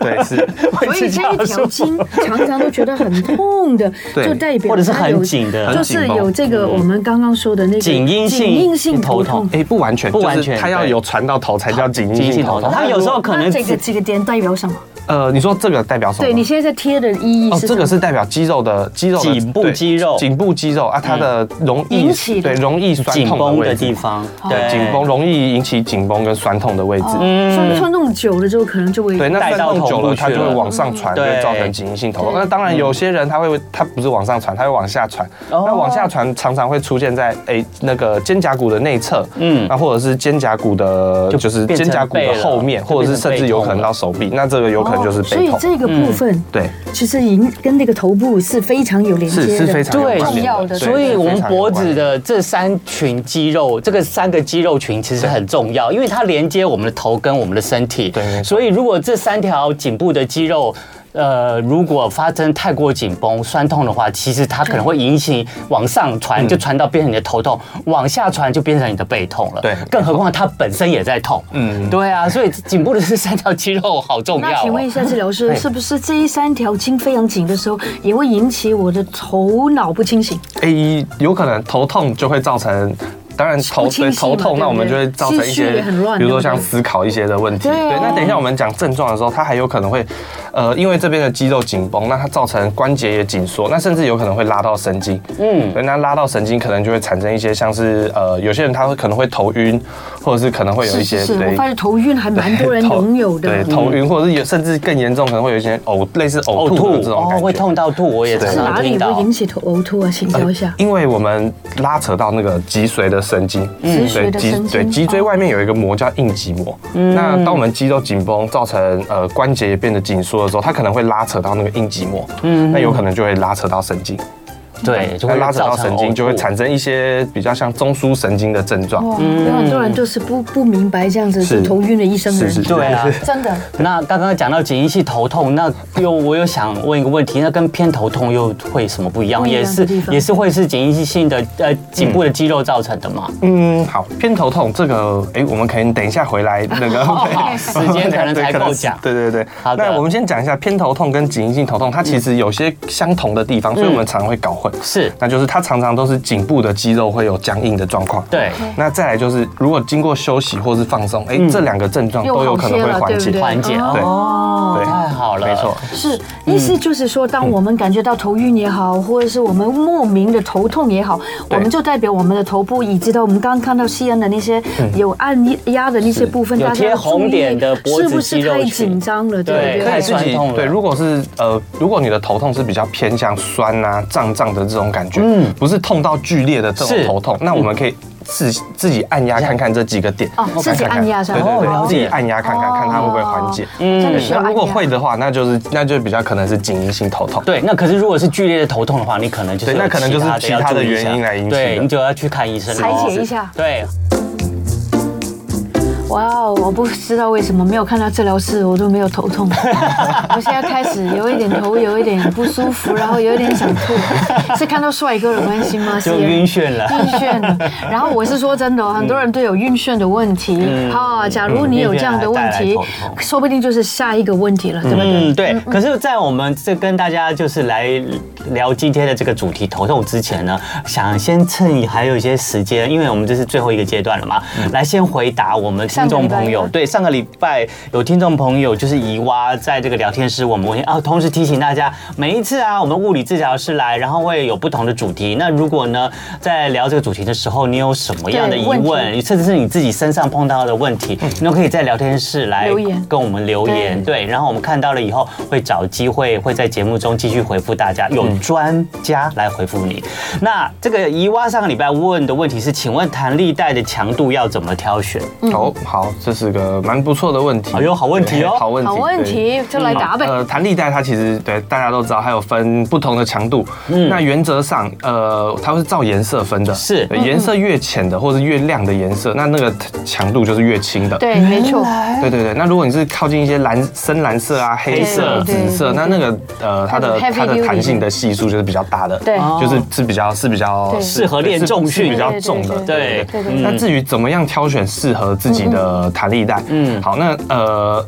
[SPEAKER 3] 对，是。
[SPEAKER 1] 所以这一条 筋常常都觉得很痛的，
[SPEAKER 3] 对
[SPEAKER 1] 就代表
[SPEAKER 2] 或者是
[SPEAKER 1] 它有
[SPEAKER 2] 很紧的
[SPEAKER 1] 就
[SPEAKER 3] 很紧
[SPEAKER 1] 是
[SPEAKER 3] 绷嗯
[SPEAKER 1] 有这个我们刚刚说的那个
[SPEAKER 2] 紧因性
[SPEAKER 1] 紧因性头
[SPEAKER 2] 头
[SPEAKER 1] 痛
[SPEAKER 2] 痛。
[SPEAKER 3] 哎，不完全，
[SPEAKER 2] 不完全
[SPEAKER 3] 就是它要
[SPEAKER 2] 对
[SPEAKER 3] 有传到头才叫紧
[SPEAKER 2] 紧
[SPEAKER 3] 急
[SPEAKER 2] 性
[SPEAKER 3] 性
[SPEAKER 2] 头
[SPEAKER 3] 头
[SPEAKER 2] 痛。
[SPEAKER 3] 痛。
[SPEAKER 2] 它有时候可
[SPEAKER 1] 那
[SPEAKER 2] 能
[SPEAKER 1] 这个这个点代表什么？
[SPEAKER 3] 呃，你说这个代表什么？
[SPEAKER 1] 对你现在在贴的意义
[SPEAKER 3] 哦，
[SPEAKER 1] 是
[SPEAKER 3] 这
[SPEAKER 1] 什么
[SPEAKER 3] 个是代表肌肉的肌肉的
[SPEAKER 2] 颈部
[SPEAKER 3] 对
[SPEAKER 2] 肌肉嗯
[SPEAKER 3] 颈部肌肉啊，它的容易
[SPEAKER 1] 引起的
[SPEAKER 3] 对容易酸
[SPEAKER 2] 紧
[SPEAKER 3] 痛的
[SPEAKER 2] 绷的
[SPEAKER 3] 位置
[SPEAKER 2] 地方，哎
[SPEAKER 3] 对，
[SPEAKER 2] 对，
[SPEAKER 3] 紧绷。容易引起紧绷跟酸痛的位置。
[SPEAKER 1] 哦酸痛弄久了之后可能就会
[SPEAKER 3] 嗯对，
[SPEAKER 2] 嗯
[SPEAKER 3] 那
[SPEAKER 2] 带
[SPEAKER 3] 酸
[SPEAKER 2] 到
[SPEAKER 3] 痛久
[SPEAKER 2] 头部
[SPEAKER 3] 了，它
[SPEAKER 2] 去
[SPEAKER 3] 就会
[SPEAKER 2] 了嗯
[SPEAKER 3] 往上传，就
[SPEAKER 2] 对嗯
[SPEAKER 3] 会造成紧性头痛。
[SPEAKER 1] 对
[SPEAKER 3] 那当然，有些人他会，他不是往上传，他会往下传。
[SPEAKER 2] 哦
[SPEAKER 3] 那往下传常常会出现在诶那个肩胛骨的内侧，
[SPEAKER 2] 嗯
[SPEAKER 3] 嗯，那或者是肩胛骨的，
[SPEAKER 2] 就
[SPEAKER 3] 就是
[SPEAKER 2] 变
[SPEAKER 3] 肩
[SPEAKER 2] 成
[SPEAKER 3] 胛骨的后面，
[SPEAKER 2] 背了哦
[SPEAKER 3] 或者是甚至有可能到手臂，那这个有可能就是
[SPEAKER 1] 哦
[SPEAKER 3] 嗯
[SPEAKER 1] 所
[SPEAKER 3] 背
[SPEAKER 1] 以
[SPEAKER 3] 痛。
[SPEAKER 1] 这个部分
[SPEAKER 3] 对，
[SPEAKER 1] 其实影跟那个头部是非常有连接
[SPEAKER 3] 是
[SPEAKER 1] 的，
[SPEAKER 3] 是非常有
[SPEAKER 2] 对
[SPEAKER 3] 关
[SPEAKER 1] 重要
[SPEAKER 3] 联
[SPEAKER 1] 的
[SPEAKER 3] 的。对
[SPEAKER 2] 所以我们脖子。
[SPEAKER 3] 是非常有关联
[SPEAKER 2] 的这三群肌肉，这个三个肌肉群其实很重要，因为它连接我们的头跟我们的身体。
[SPEAKER 3] 对没错
[SPEAKER 2] 所以如果这三条颈部的肌肉。呃，如果发生太过紧绷、酸痛的话，其实它可能会引起往上
[SPEAKER 3] 嗯
[SPEAKER 2] 传，就传到变成你的头痛；往下传就变成你的背痛了。
[SPEAKER 3] 对
[SPEAKER 2] 更何况它本身也在痛。嗯，对啊，所以颈部的这三条肌肉好重要、哦。
[SPEAKER 1] 那请问一下治疗 师，是不是这一三条筋非常紧的时候，也会引起我的头脑不清醒？
[SPEAKER 3] 诶，有可能头痛就会造成。当然头
[SPEAKER 1] 不清
[SPEAKER 3] 对
[SPEAKER 1] 晰嘛
[SPEAKER 3] 头
[SPEAKER 1] 对不
[SPEAKER 3] 痛，
[SPEAKER 1] 对
[SPEAKER 3] 那我们就会造成一
[SPEAKER 1] 思绪也
[SPEAKER 3] 些
[SPEAKER 1] 很乱，
[SPEAKER 3] 比如说
[SPEAKER 1] 对不对
[SPEAKER 3] 像思考一些的问题。
[SPEAKER 1] 对啊
[SPEAKER 3] 那等一下我们讲症状的时候，它还有可能会，呃，因为这边的肌肉紧绷，那它造成关节也紧缩，那甚至有可能会拉到神经。嗯，对，那拉到神经可能就会产生一些像是呃，有些人他会可能会头晕，或者是可能会有一
[SPEAKER 1] 是
[SPEAKER 3] 些
[SPEAKER 1] 是是，我
[SPEAKER 3] 对
[SPEAKER 1] 发现头晕还蛮多 人
[SPEAKER 3] 头
[SPEAKER 1] 拥有的。
[SPEAKER 3] 对头晕，或者是有甚至更严重，可能会有一些呕类似
[SPEAKER 2] 呕
[SPEAKER 3] 呕吐
[SPEAKER 2] 吐
[SPEAKER 3] 的这种
[SPEAKER 2] 哦
[SPEAKER 3] 感，觉。
[SPEAKER 2] 会痛到吐，我也常
[SPEAKER 1] 是
[SPEAKER 2] 常
[SPEAKER 1] 哪
[SPEAKER 2] 听
[SPEAKER 1] 里
[SPEAKER 2] 到
[SPEAKER 1] 会。引起头呕吐啊？请教一下。
[SPEAKER 3] 因为我们拉扯到那个脊髓的神经，
[SPEAKER 1] 嗯脊髓
[SPEAKER 3] 对
[SPEAKER 1] 的
[SPEAKER 3] 脊
[SPEAKER 1] 神经
[SPEAKER 3] 对脊椎外面有一个膜叫硬脊膜。那当我们肌肉紧绷，造成呃关节也变得紧缩的时候，它可能会拉扯到那个硬脊膜，那有可能就会拉扯到神经，
[SPEAKER 2] 对，就
[SPEAKER 3] 那
[SPEAKER 2] 会
[SPEAKER 3] 拉扯
[SPEAKER 2] 造
[SPEAKER 3] 到
[SPEAKER 2] 成
[SPEAKER 3] 神
[SPEAKER 2] 呕
[SPEAKER 3] 经
[SPEAKER 2] 吐
[SPEAKER 3] 就会产生一些比较像中枢神经的症状。
[SPEAKER 1] 哇，有很多人就是不不明白这样子
[SPEAKER 3] 嗯是
[SPEAKER 1] 头晕的医生
[SPEAKER 3] 是
[SPEAKER 1] 人
[SPEAKER 3] 是，，
[SPEAKER 2] 对啊。
[SPEAKER 1] 真的
[SPEAKER 2] 那刚刚讲到颈一系头痛，那又我又想问一个问题，那跟偏头痛又会什么不一样？
[SPEAKER 1] 不一样
[SPEAKER 2] 也
[SPEAKER 1] 的
[SPEAKER 2] 是
[SPEAKER 1] 地方
[SPEAKER 2] 也是会是颈一性的呃颈部的肌肉造成的嘛？
[SPEAKER 3] 嗯，好，偏头痛这个，哎，我们可能等一下回来那个
[SPEAKER 2] 哦时间可 能才够讲
[SPEAKER 3] 对对对，
[SPEAKER 2] 好的
[SPEAKER 3] 那我们先讲一下偏头痛跟急性头痛，它其实有些相同的地方，所以我们常常会搞混。
[SPEAKER 2] 是
[SPEAKER 3] 那就是它常常都是颈部的肌肉会有僵硬的状况。
[SPEAKER 2] 对
[SPEAKER 3] 那再来就是，如果经过休息或是放松，
[SPEAKER 2] 嗯
[SPEAKER 3] 哎、这两个症状
[SPEAKER 1] 又
[SPEAKER 3] 都有
[SPEAKER 1] 好
[SPEAKER 3] 可能
[SPEAKER 1] 些
[SPEAKER 3] 会
[SPEAKER 1] 了，
[SPEAKER 3] 缓
[SPEAKER 1] 对
[SPEAKER 3] 解。
[SPEAKER 1] 不对？
[SPEAKER 2] 缓解
[SPEAKER 1] 哦
[SPEAKER 3] 对对，
[SPEAKER 2] 太好了，
[SPEAKER 3] 没错。
[SPEAKER 1] 是，意
[SPEAKER 2] 嗯
[SPEAKER 1] 思就是说，当我们感觉到头晕也好，或者是我们莫名的头痛也好，我
[SPEAKER 3] 对
[SPEAKER 1] 们就代表我们的头部，以及到我们刚刚看到西安的那些有按压的那些部分，
[SPEAKER 2] 嗯有
[SPEAKER 1] 大家
[SPEAKER 2] 贴
[SPEAKER 1] 要
[SPEAKER 2] 红
[SPEAKER 1] 注意
[SPEAKER 2] 点的脖
[SPEAKER 1] 是
[SPEAKER 2] 子
[SPEAKER 1] 不
[SPEAKER 2] 肌
[SPEAKER 1] 是
[SPEAKER 2] 肉
[SPEAKER 1] 太
[SPEAKER 2] 群
[SPEAKER 1] 紧张了？对
[SPEAKER 2] 对
[SPEAKER 1] 不
[SPEAKER 2] 可以
[SPEAKER 3] 可以
[SPEAKER 1] 对？
[SPEAKER 3] 自
[SPEAKER 2] 酸
[SPEAKER 3] 己
[SPEAKER 2] 痛了
[SPEAKER 3] 对，如果是呃，如果你的头痛是比较偏向酸啊、胀胀的这种感觉，嗯，不是痛到剧烈的这
[SPEAKER 2] 是
[SPEAKER 3] 种头痛，那我们可以自自己按压看看这几个点，
[SPEAKER 1] 哦
[SPEAKER 3] 看看
[SPEAKER 1] 自己按压是吧
[SPEAKER 3] 对对
[SPEAKER 2] 哦了
[SPEAKER 3] 对，
[SPEAKER 2] 解
[SPEAKER 3] 自己按压看看，看它会不会缓解。
[SPEAKER 1] 嗯真的需要
[SPEAKER 3] 那如果
[SPEAKER 1] 按压
[SPEAKER 3] 会的话，那就是那就比较可能是颈因性头痛。
[SPEAKER 2] 对，那可是如果是剧烈的头痛的话，你可能就是
[SPEAKER 3] 对那
[SPEAKER 2] 有
[SPEAKER 3] 可能就是其
[SPEAKER 2] 要
[SPEAKER 3] 他的
[SPEAKER 2] 注意一下
[SPEAKER 3] 原因来引起的
[SPEAKER 2] 对你就要去看医生咯，
[SPEAKER 1] 裁剪一下
[SPEAKER 2] 对，
[SPEAKER 1] 哇哦，我不知道为什么没有看到治疗室，我都没有头 痛。我现在开始有一点头有一点不舒服，然后有一点想吐，是看到帅哥的关系吗？
[SPEAKER 2] 就
[SPEAKER 1] 西安
[SPEAKER 2] 晕眩了。
[SPEAKER 1] 晕眩 的。然后我是说真的哦，很多人都有晕眩的问题哈、假如你有这样的问
[SPEAKER 2] 嗯晕眩还带来
[SPEAKER 1] 题
[SPEAKER 2] 头，痛
[SPEAKER 1] 说不定就是下一个问题了，对不对？
[SPEAKER 2] 嗯，对。可是，在我们这跟大家就是来聊今天的这个主题头痛之前呢，想先趁还有一些时间，因为我们这是最后一个阶段了嘛，来先回答我们听众
[SPEAKER 1] 上
[SPEAKER 2] 朋
[SPEAKER 1] 个礼拜
[SPEAKER 2] 友。
[SPEAKER 1] 吗
[SPEAKER 2] 对，上个礼拜有听众朋友就是怡蛙在这个聊天室，我们问啊，同时提醒大家，每一次啊，我们物理治疗师来，然后会有不同的主题。那如果呢，在聊这个主题的时候，你有什么样的
[SPEAKER 1] 对
[SPEAKER 2] 疑
[SPEAKER 1] 问题
[SPEAKER 2] 问，甚至是你自己身上碰到的问题，你都可以在聊天室来
[SPEAKER 1] 留言
[SPEAKER 2] 跟我们留言。
[SPEAKER 1] 对
[SPEAKER 2] 对，然后我们看到了以后，会找机会会在节目中继续回复大
[SPEAKER 1] 嗯
[SPEAKER 2] 家，有专家来回复你。那这个怡蛙上个礼拜问的问题是，请问弹力带的强度要怎么挑选？
[SPEAKER 1] 嗯
[SPEAKER 3] 哦，好，这是个蛮不错的问题。
[SPEAKER 2] 哎呦好问题哦
[SPEAKER 3] 对好问题，
[SPEAKER 1] 好问
[SPEAKER 3] 对。
[SPEAKER 1] 题就来答呗。
[SPEAKER 2] 嗯
[SPEAKER 3] 呃，弹力带它其实对大家都知道，它有分不同的强度。
[SPEAKER 1] 嗯
[SPEAKER 3] 那原则上，呃，它是照颜色分的，
[SPEAKER 2] 是
[SPEAKER 1] 嗯
[SPEAKER 3] 对颜色越浅的或是越亮的颜色，那那个强度就是越轻的。
[SPEAKER 2] 嗯
[SPEAKER 1] 对，没错，
[SPEAKER 3] 对对对，那如果你是靠近一些蓝、深蓝色啊、黑色、
[SPEAKER 1] 对对
[SPEAKER 3] 紫色，
[SPEAKER 1] 对
[SPEAKER 3] 那那个呃，它
[SPEAKER 1] 那
[SPEAKER 3] 的
[SPEAKER 1] 种 heavy
[SPEAKER 3] 它的
[SPEAKER 1] duty
[SPEAKER 3] 弹性的系数就是比较大的，
[SPEAKER 1] 对哦
[SPEAKER 3] 就是是比较是比较
[SPEAKER 1] 对
[SPEAKER 2] 适合练重训
[SPEAKER 3] 是比较重的，嗯
[SPEAKER 2] 对对对对
[SPEAKER 1] 嗯
[SPEAKER 2] 对对
[SPEAKER 3] 那至于怎么样挑选适合自己的弹力带，嗯，好，那呃。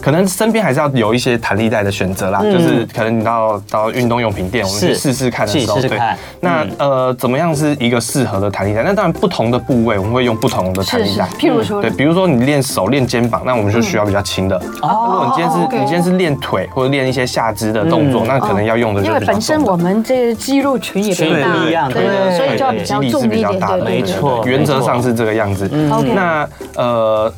[SPEAKER 3] 可能身边还是要有一些弹力带的选择啦，
[SPEAKER 1] 嗯
[SPEAKER 3] 就是可能你到到运动用品店，我们
[SPEAKER 2] 是
[SPEAKER 3] 去试试看的时候，
[SPEAKER 2] 自己试试看
[SPEAKER 3] 那
[SPEAKER 1] 嗯
[SPEAKER 3] 呃，怎么样是一个适合的弹力带？那当然不同的部位我们会用不同的弹
[SPEAKER 1] 是
[SPEAKER 3] 力
[SPEAKER 1] 是
[SPEAKER 3] 带，。嗯
[SPEAKER 1] 譬如说
[SPEAKER 3] 对，，比如说你练手、练肩膀，那我们就需要比较轻的。
[SPEAKER 2] 哦
[SPEAKER 3] 哦，如果你今天是、
[SPEAKER 1] 哦，OK 嗯
[SPEAKER 3] 你今天是练腿或者练一些下肢的动作，那可能要用的就
[SPEAKER 1] 因
[SPEAKER 3] 是
[SPEAKER 1] 为
[SPEAKER 3] 比较
[SPEAKER 1] 本身
[SPEAKER 3] 重的
[SPEAKER 1] 我们这肌肉群也
[SPEAKER 2] 群
[SPEAKER 1] 不
[SPEAKER 2] 不一样
[SPEAKER 1] 大，
[SPEAKER 2] 对
[SPEAKER 1] 所以就要比较
[SPEAKER 3] 肌力
[SPEAKER 1] 重
[SPEAKER 3] 是
[SPEAKER 1] 一
[SPEAKER 3] 比较
[SPEAKER 1] 点，
[SPEAKER 3] 大的，
[SPEAKER 1] 对对
[SPEAKER 2] 没
[SPEAKER 1] 对。嗯
[SPEAKER 2] 错
[SPEAKER 3] 对原则上是这个样子。
[SPEAKER 1] OK
[SPEAKER 3] 那呃。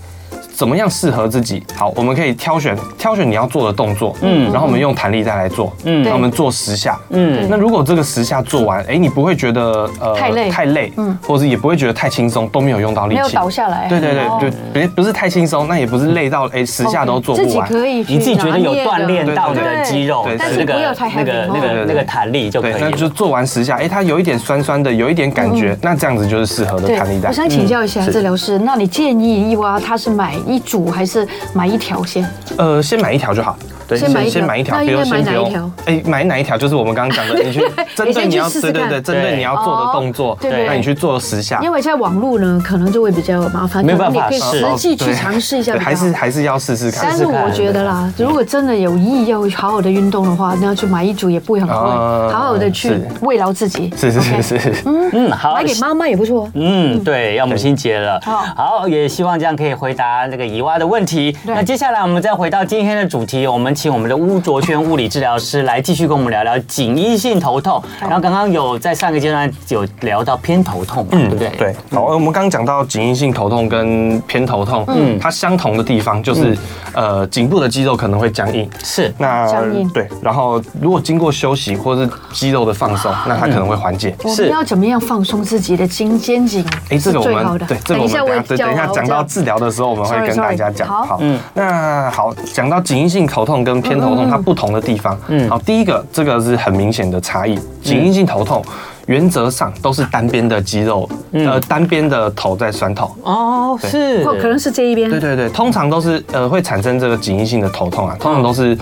[SPEAKER 3] 怎么样适合自己？好，我们可以挑选挑选你要做的动作，嗯，然后我们用弹力带来做，嗯，然后我们做十下，嗯，那如果这个十下做完，哎，你不会觉得呃
[SPEAKER 1] 太累
[SPEAKER 3] 太累，嗯，或者也不会觉得太轻松，都没有用到力气，
[SPEAKER 1] 没有倒下来
[SPEAKER 3] 对对
[SPEAKER 1] 哦嗯
[SPEAKER 3] 对，对，不不是太轻松，那也不是累到哎十下都做
[SPEAKER 1] 哦自
[SPEAKER 3] 不
[SPEAKER 1] 己
[SPEAKER 3] 完，
[SPEAKER 1] 可以去
[SPEAKER 2] 你自己觉得有
[SPEAKER 1] 拿
[SPEAKER 2] 锻
[SPEAKER 1] 捏
[SPEAKER 2] 炼
[SPEAKER 1] 的
[SPEAKER 2] 到你
[SPEAKER 1] 对
[SPEAKER 2] 的肌肉，
[SPEAKER 3] 对
[SPEAKER 1] 但
[SPEAKER 2] 那
[SPEAKER 1] 是
[SPEAKER 2] 个
[SPEAKER 1] 不要太
[SPEAKER 2] 那个
[SPEAKER 1] heavy
[SPEAKER 2] 那
[SPEAKER 1] 哦
[SPEAKER 2] 个那个弹力就可以
[SPEAKER 3] 对，
[SPEAKER 2] 了。
[SPEAKER 3] 那就做完十下，哎，它有一点酸酸的，有一点感觉，那这样子就是适合的
[SPEAKER 1] 嗯对
[SPEAKER 3] 弹力，带。
[SPEAKER 1] 我想请教一下
[SPEAKER 3] 嗯是
[SPEAKER 1] 治疗师，那你建议伊娃他是买一组还是买一条先？
[SPEAKER 3] 呃，先买一条就好。对，
[SPEAKER 1] 先买一条
[SPEAKER 3] 先买一条，
[SPEAKER 1] 那
[SPEAKER 3] 不用
[SPEAKER 1] 应该买
[SPEAKER 3] 先不
[SPEAKER 1] 哪一
[SPEAKER 3] 用
[SPEAKER 1] 条。
[SPEAKER 3] 哎，买哪一条？就是我们刚刚讲 的，你去针对你要
[SPEAKER 1] 你先去试试
[SPEAKER 3] 对
[SPEAKER 1] 看哦
[SPEAKER 3] 对对，针对你要做的动作，
[SPEAKER 1] 对对
[SPEAKER 3] 那你去做十下。
[SPEAKER 1] 因为在网络呢，可能就会比较麻烦，
[SPEAKER 2] 没有办法
[SPEAKER 1] 可能你可以实际去
[SPEAKER 3] 对
[SPEAKER 1] 尝试一下
[SPEAKER 3] 哦对
[SPEAKER 1] 比较好
[SPEAKER 3] 还是还是要试试看。
[SPEAKER 1] 但是我觉得啦，如果真的有意要好好的运动的话，那去买一组也不会很贵，
[SPEAKER 3] 啊
[SPEAKER 1] 好好的去
[SPEAKER 3] 是
[SPEAKER 1] 慰劳自己。
[SPEAKER 3] 是是是是，
[SPEAKER 2] 嗯，好，
[SPEAKER 1] 买给妈妈也不错。
[SPEAKER 2] 嗯，对，要母亲节了。
[SPEAKER 1] 好
[SPEAKER 2] 好，也希望这样可以回答那个怡蛙的问题。
[SPEAKER 1] 对
[SPEAKER 2] 那接下来我们再回到今天的主题，我们请我们的巫卓轩物理治疗师来继续跟我们聊聊颈依性头痛。然后刚刚有在上个阶段有聊到偏头痛嘛，对不对？
[SPEAKER 3] 嗯
[SPEAKER 2] 嗯
[SPEAKER 3] 对，好，我们刚刚讲到颈因性头痛跟偏头痛，嗯，它相同的地方
[SPEAKER 1] 嗯
[SPEAKER 3] 就是，呃，颈部的肌肉可能会僵硬，
[SPEAKER 2] 是
[SPEAKER 3] 那
[SPEAKER 1] 僵硬
[SPEAKER 3] 对，然后如果经过休息或是肌肉的放松，那
[SPEAKER 1] 嗯
[SPEAKER 3] 它可能会缓解。
[SPEAKER 1] 我们要怎么样放松自己的肩肩颈？
[SPEAKER 3] 哎，这
[SPEAKER 1] 是
[SPEAKER 3] 个我
[SPEAKER 1] 最好
[SPEAKER 3] 们
[SPEAKER 1] 的。
[SPEAKER 3] 对这个我们等下对等一下讲到治疗的时候，我们会
[SPEAKER 1] Sorry，
[SPEAKER 3] 跟大家
[SPEAKER 1] sorry，
[SPEAKER 3] 讲。
[SPEAKER 1] 好，
[SPEAKER 3] 那好，讲到颈因性头痛跟偏头痛它不同的地方，嗯，好，第一个这个是很明显的差异，颈因性头痛。原则上都是单边的肌肉，呃，单边的头在酸痛，
[SPEAKER 2] 哦，是
[SPEAKER 1] 或可能是这一边
[SPEAKER 3] 嗯嗯对对对，通常都是呃会产生这个颈因性的头痛啊，通常都是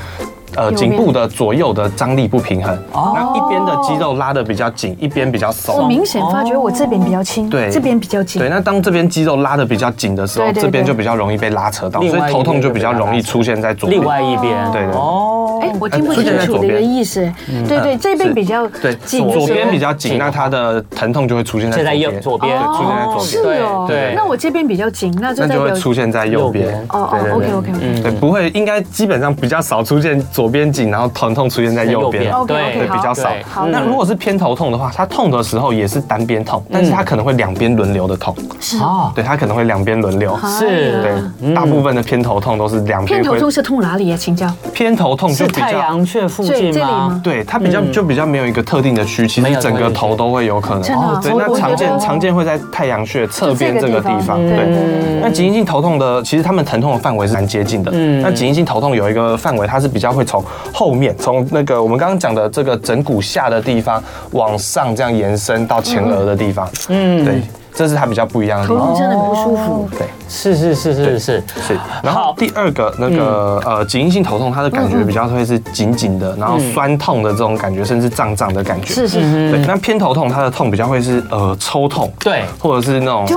[SPEAKER 3] 呃
[SPEAKER 1] 右边
[SPEAKER 3] 颈部的左右的张力不平衡，那一边的肌肉拉的比较紧，一边比较
[SPEAKER 1] 我
[SPEAKER 3] 松。
[SPEAKER 1] 明显发觉我这边比较轻，
[SPEAKER 3] 哦对
[SPEAKER 1] 这边比较紧
[SPEAKER 3] 对，。那当这边肌肉拉的比较紧的时候，
[SPEAKER 1] 对对
[SPEAKER 3] 这边
[SPEAKER 1] 对
[SPEAKER 3] 就比较容易被拉扯到，
[SPEAKER 2] 另
[SPEAKER 3] 所
[SPEAKER 2] 外
[SPEAKER 3] 以头
[SPEAKER 2] 一边
[SPEAKER 3] 痛
[SPEAKER 2] 就
[SPEAKER 3] 就比较容易出现在
[SPEAKER 1] 哦
[SPEAKER 3] 左边。
[SPEAKER 2] 另外一边，
[SPEAKER 3] 对对对
[SPEAKER 2] 哦，
[SPEAKER 1] 哎，我听不清
[SPEAKER 3] 呃出现在
[SPEAKER 1] 楚
[SPEAKER 3] 左
[SPEAKER 1] 的一个
[SPEAKER 3] 边嗯啊
[SPEAKER 1] 意思。对对，这边
[SPEAKER 3] 是
[SPEAKER 1] 比较
[SPEAKER 3] 对，
[SPEAKER 1] 紧的时候，
[SPEAKER 3] 左边比较紧，那它的疼痛就会出现在
[SPEAKER 2] 现在右
[SPEAKER 3] 边，
[SPEAKER 2] 左边
[SPEAKER 3] 对，出现在左
[SPEAKER 1] 是
[SPEAKER 3] 边，
[SPEAKER 1] 哦。
[SPEAKER 2] 对对
[SPEAKER 1] 那我这边比较紧，那就
[SPEAKER 3] 那
[SPEAKER 1] 代
[SPEAKER 3] 就
[SPEAKER 1] 表
[SPEAKER 3] 会出现在右边。
[SPEAKER 1] 哦
[SPEAKER 3] 对
[SPEAKER 1] 哦
[SPEAKER 3] 对对
[SPEAKER 1] ，OK OK OK。
[SPEAKER 2] 嗯
[SPEAKER 3] 对，不会，应该基本上比较少出现左边紧，然后疼痛出现在右边。
[SPEAKER 1] OK，
[SPEAKER 2] 对
[SPEAKER 1] OK，
[SPEAKER 3] 对，
[SPEAKER 1] 好
[SPEAKER 3] 比较少
[SPEAKER 2] 对。
[SPEAKER 1] 好
[SPEAKER 3] 那
[SPEAKER 1] 嗯
[SPEAKER 3] 如果是偏头痛的话，它痛的时候也是单边痛，但是它可能会两边轮流的痛。
[SPEAKER 1] 是
[SPEAKER 2] 哦，
[SPEAKER 3] 对，它可能会两边轮流。
[SPEAKER 2] 是
[SPEAKER 1] 哎呀
[SPEAKER 3] 对，大部分的偏头痛都是两
[SPEAKER 1] 偏
[SPEAKER 3] 边
[SPEAKER 1] 头
[SPEAKER 3] 会。
[SPEAKER 1] 痛是痛哪里呀？啊请教。
[SPEAKER 3] 偏头痛就是比
[SPEAKER 2] 太
[SPEAKER 3] 较。
[SPEAKER 2] 阳穴附
[SPEAKER 1] 这
[SPEAKER 2] 近
[SPEAKER 1] 这里
[SPEAKER 2] 吗
[SPEAKER 1] 吗？
[SPEAKER 3] 对它比较就比较没有一个嗯特定的区，其
[SPEAKER 2] 没
[SPEAKER 3] 实
[SPEAKER 2] 有
[SPEAKER 3] 整个头都会有可能。哦
[SPEAKER 1] 真的啊
[SPEAKER 3] 对，
[SPEAKER 1] 我
[SPEAKER 3] 那
[SPEAKER 1] 我
[SPEAKER 3] 常
[SPEAKER 1] 觉
[SPEAKER 3] 见
[SPEAKER 1] 得
[SPEAKER 3] 常见会在太阳穴侧边
[SPEAKER 1] 就
[SPEAKER 3] 这
[SPEAKER 1] 这
[SPEAKER 3] 个
[SPEAKER 1] 个
[SPEAKER 3] 地
[SPEAKER 1] 地方
[SPEAKER 3] 方。
[SPEAKER 1] 嗯对对
[SPEAKER 3] 对，那急性性头痛的，其实他们疼痛的范围是蛮接近的。嗯，那急性性头痛有一个范围，它是比较会从后面，从那个我们刚刚讲的这个枕骨下的地方往上这样延伸到前额的地方。嗯，对，这是它比较不一样的地
[SPEAKER 1] 头
[SPEAKER 3] 方
[SPEAKER 1] 痛。真的很不舒
[SPEAKER 2] 哦
[SPEAKER 1] 服。
[SPEAKER 3] 对。
[SPEAKER 2] 是是是是是，
[SPEAKER 3] 是，然后
[SPEAKER 2] 好
[SPEAKER 3] 第二个那个、呃紧硬性头痛，它的
[SPEAKER 1] 嗯
[SPEAKER 3] 感觉比较会是紧紧的，然后酸痛的这种感觉，甚至胀胀的感觉。
[SPEAKER 1] 是是
[SPEAKER 2] 嗯
[SPEAKER 1] 是，
[SPEAKER 3] 对，那偏头痛它的痛比较会是呃抽痛，
[SPEAKER 2] 对
[SPEAKER 3] 或者是那种
[SPEAKER 1] 就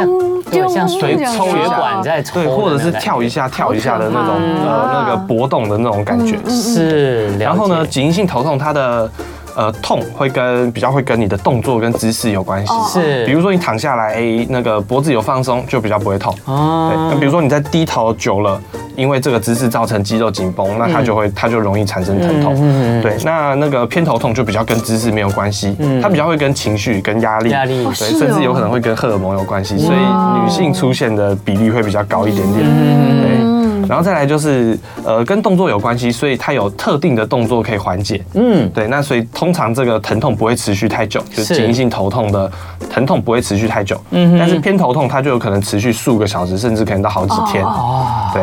[SPEAKER 2] 对，像水
[SPEAKER 1] 这样子
[SPEAKER 2] 抽
[SPEAKER 1] 啊
[SPEAKER 2] 血管在抽
[SPEAKER 3] 对，
[SPEAKER 2] 的那种感觉，
[SPEAKER 3] 或者是跳一下跳一下的那种呃那个搏动的那种感觉。
[SPEAKER 2] 是，了解
[SPEAKER 3] 然后呢，紧硬性头痛它的呃痛会跟比较会跟你的动作跟姿势有关系。
[SPEAKER 2] 是，
[SPEAKER 3] 比如说你躺下来，哎，那个脖子有放松，就比较不会痛。对，
[SPEAKER 2] 啊
[SPEAKER 3] 那比如说你在低头久了，因为这个姿势造成肌肉紧绷，那
[SPEAKER 2] 嗯
[SPEAKER 3] 它就会它就容易产生疼痛。对，那那个偏头痛就比较跟姿势没有关系，它比较会跟情绪、跟压力、
[SPEAKER 2] 嗯压力
[SPEAKER 3] 对，
[SPEAKER 1] 是哦
[SPEAKER 3] 甚至有可能会跟荷尔蒙有关系，所以女性出现的比例会比较高一点
[SPEAKER 1] 嗯
[SPEAKER 3] 点。
[SPEAKER 2] 嗯
[SPEAKER 3] 对，然后再来就是呃跟动作有关系，所以它有特定的动作可以缓解。
[SPEAKER 2] 嗯，
[SPEAKER 3] 对，那所以通常这个疼痛不会持续太久，就是是急性头痛的疼痛不会持续太久，嗯，但是偏头痛它就有可能持续数个小时，甚至可能到好几天。
[SPEAKER 2] 哦
[SPEAKER 3] 对，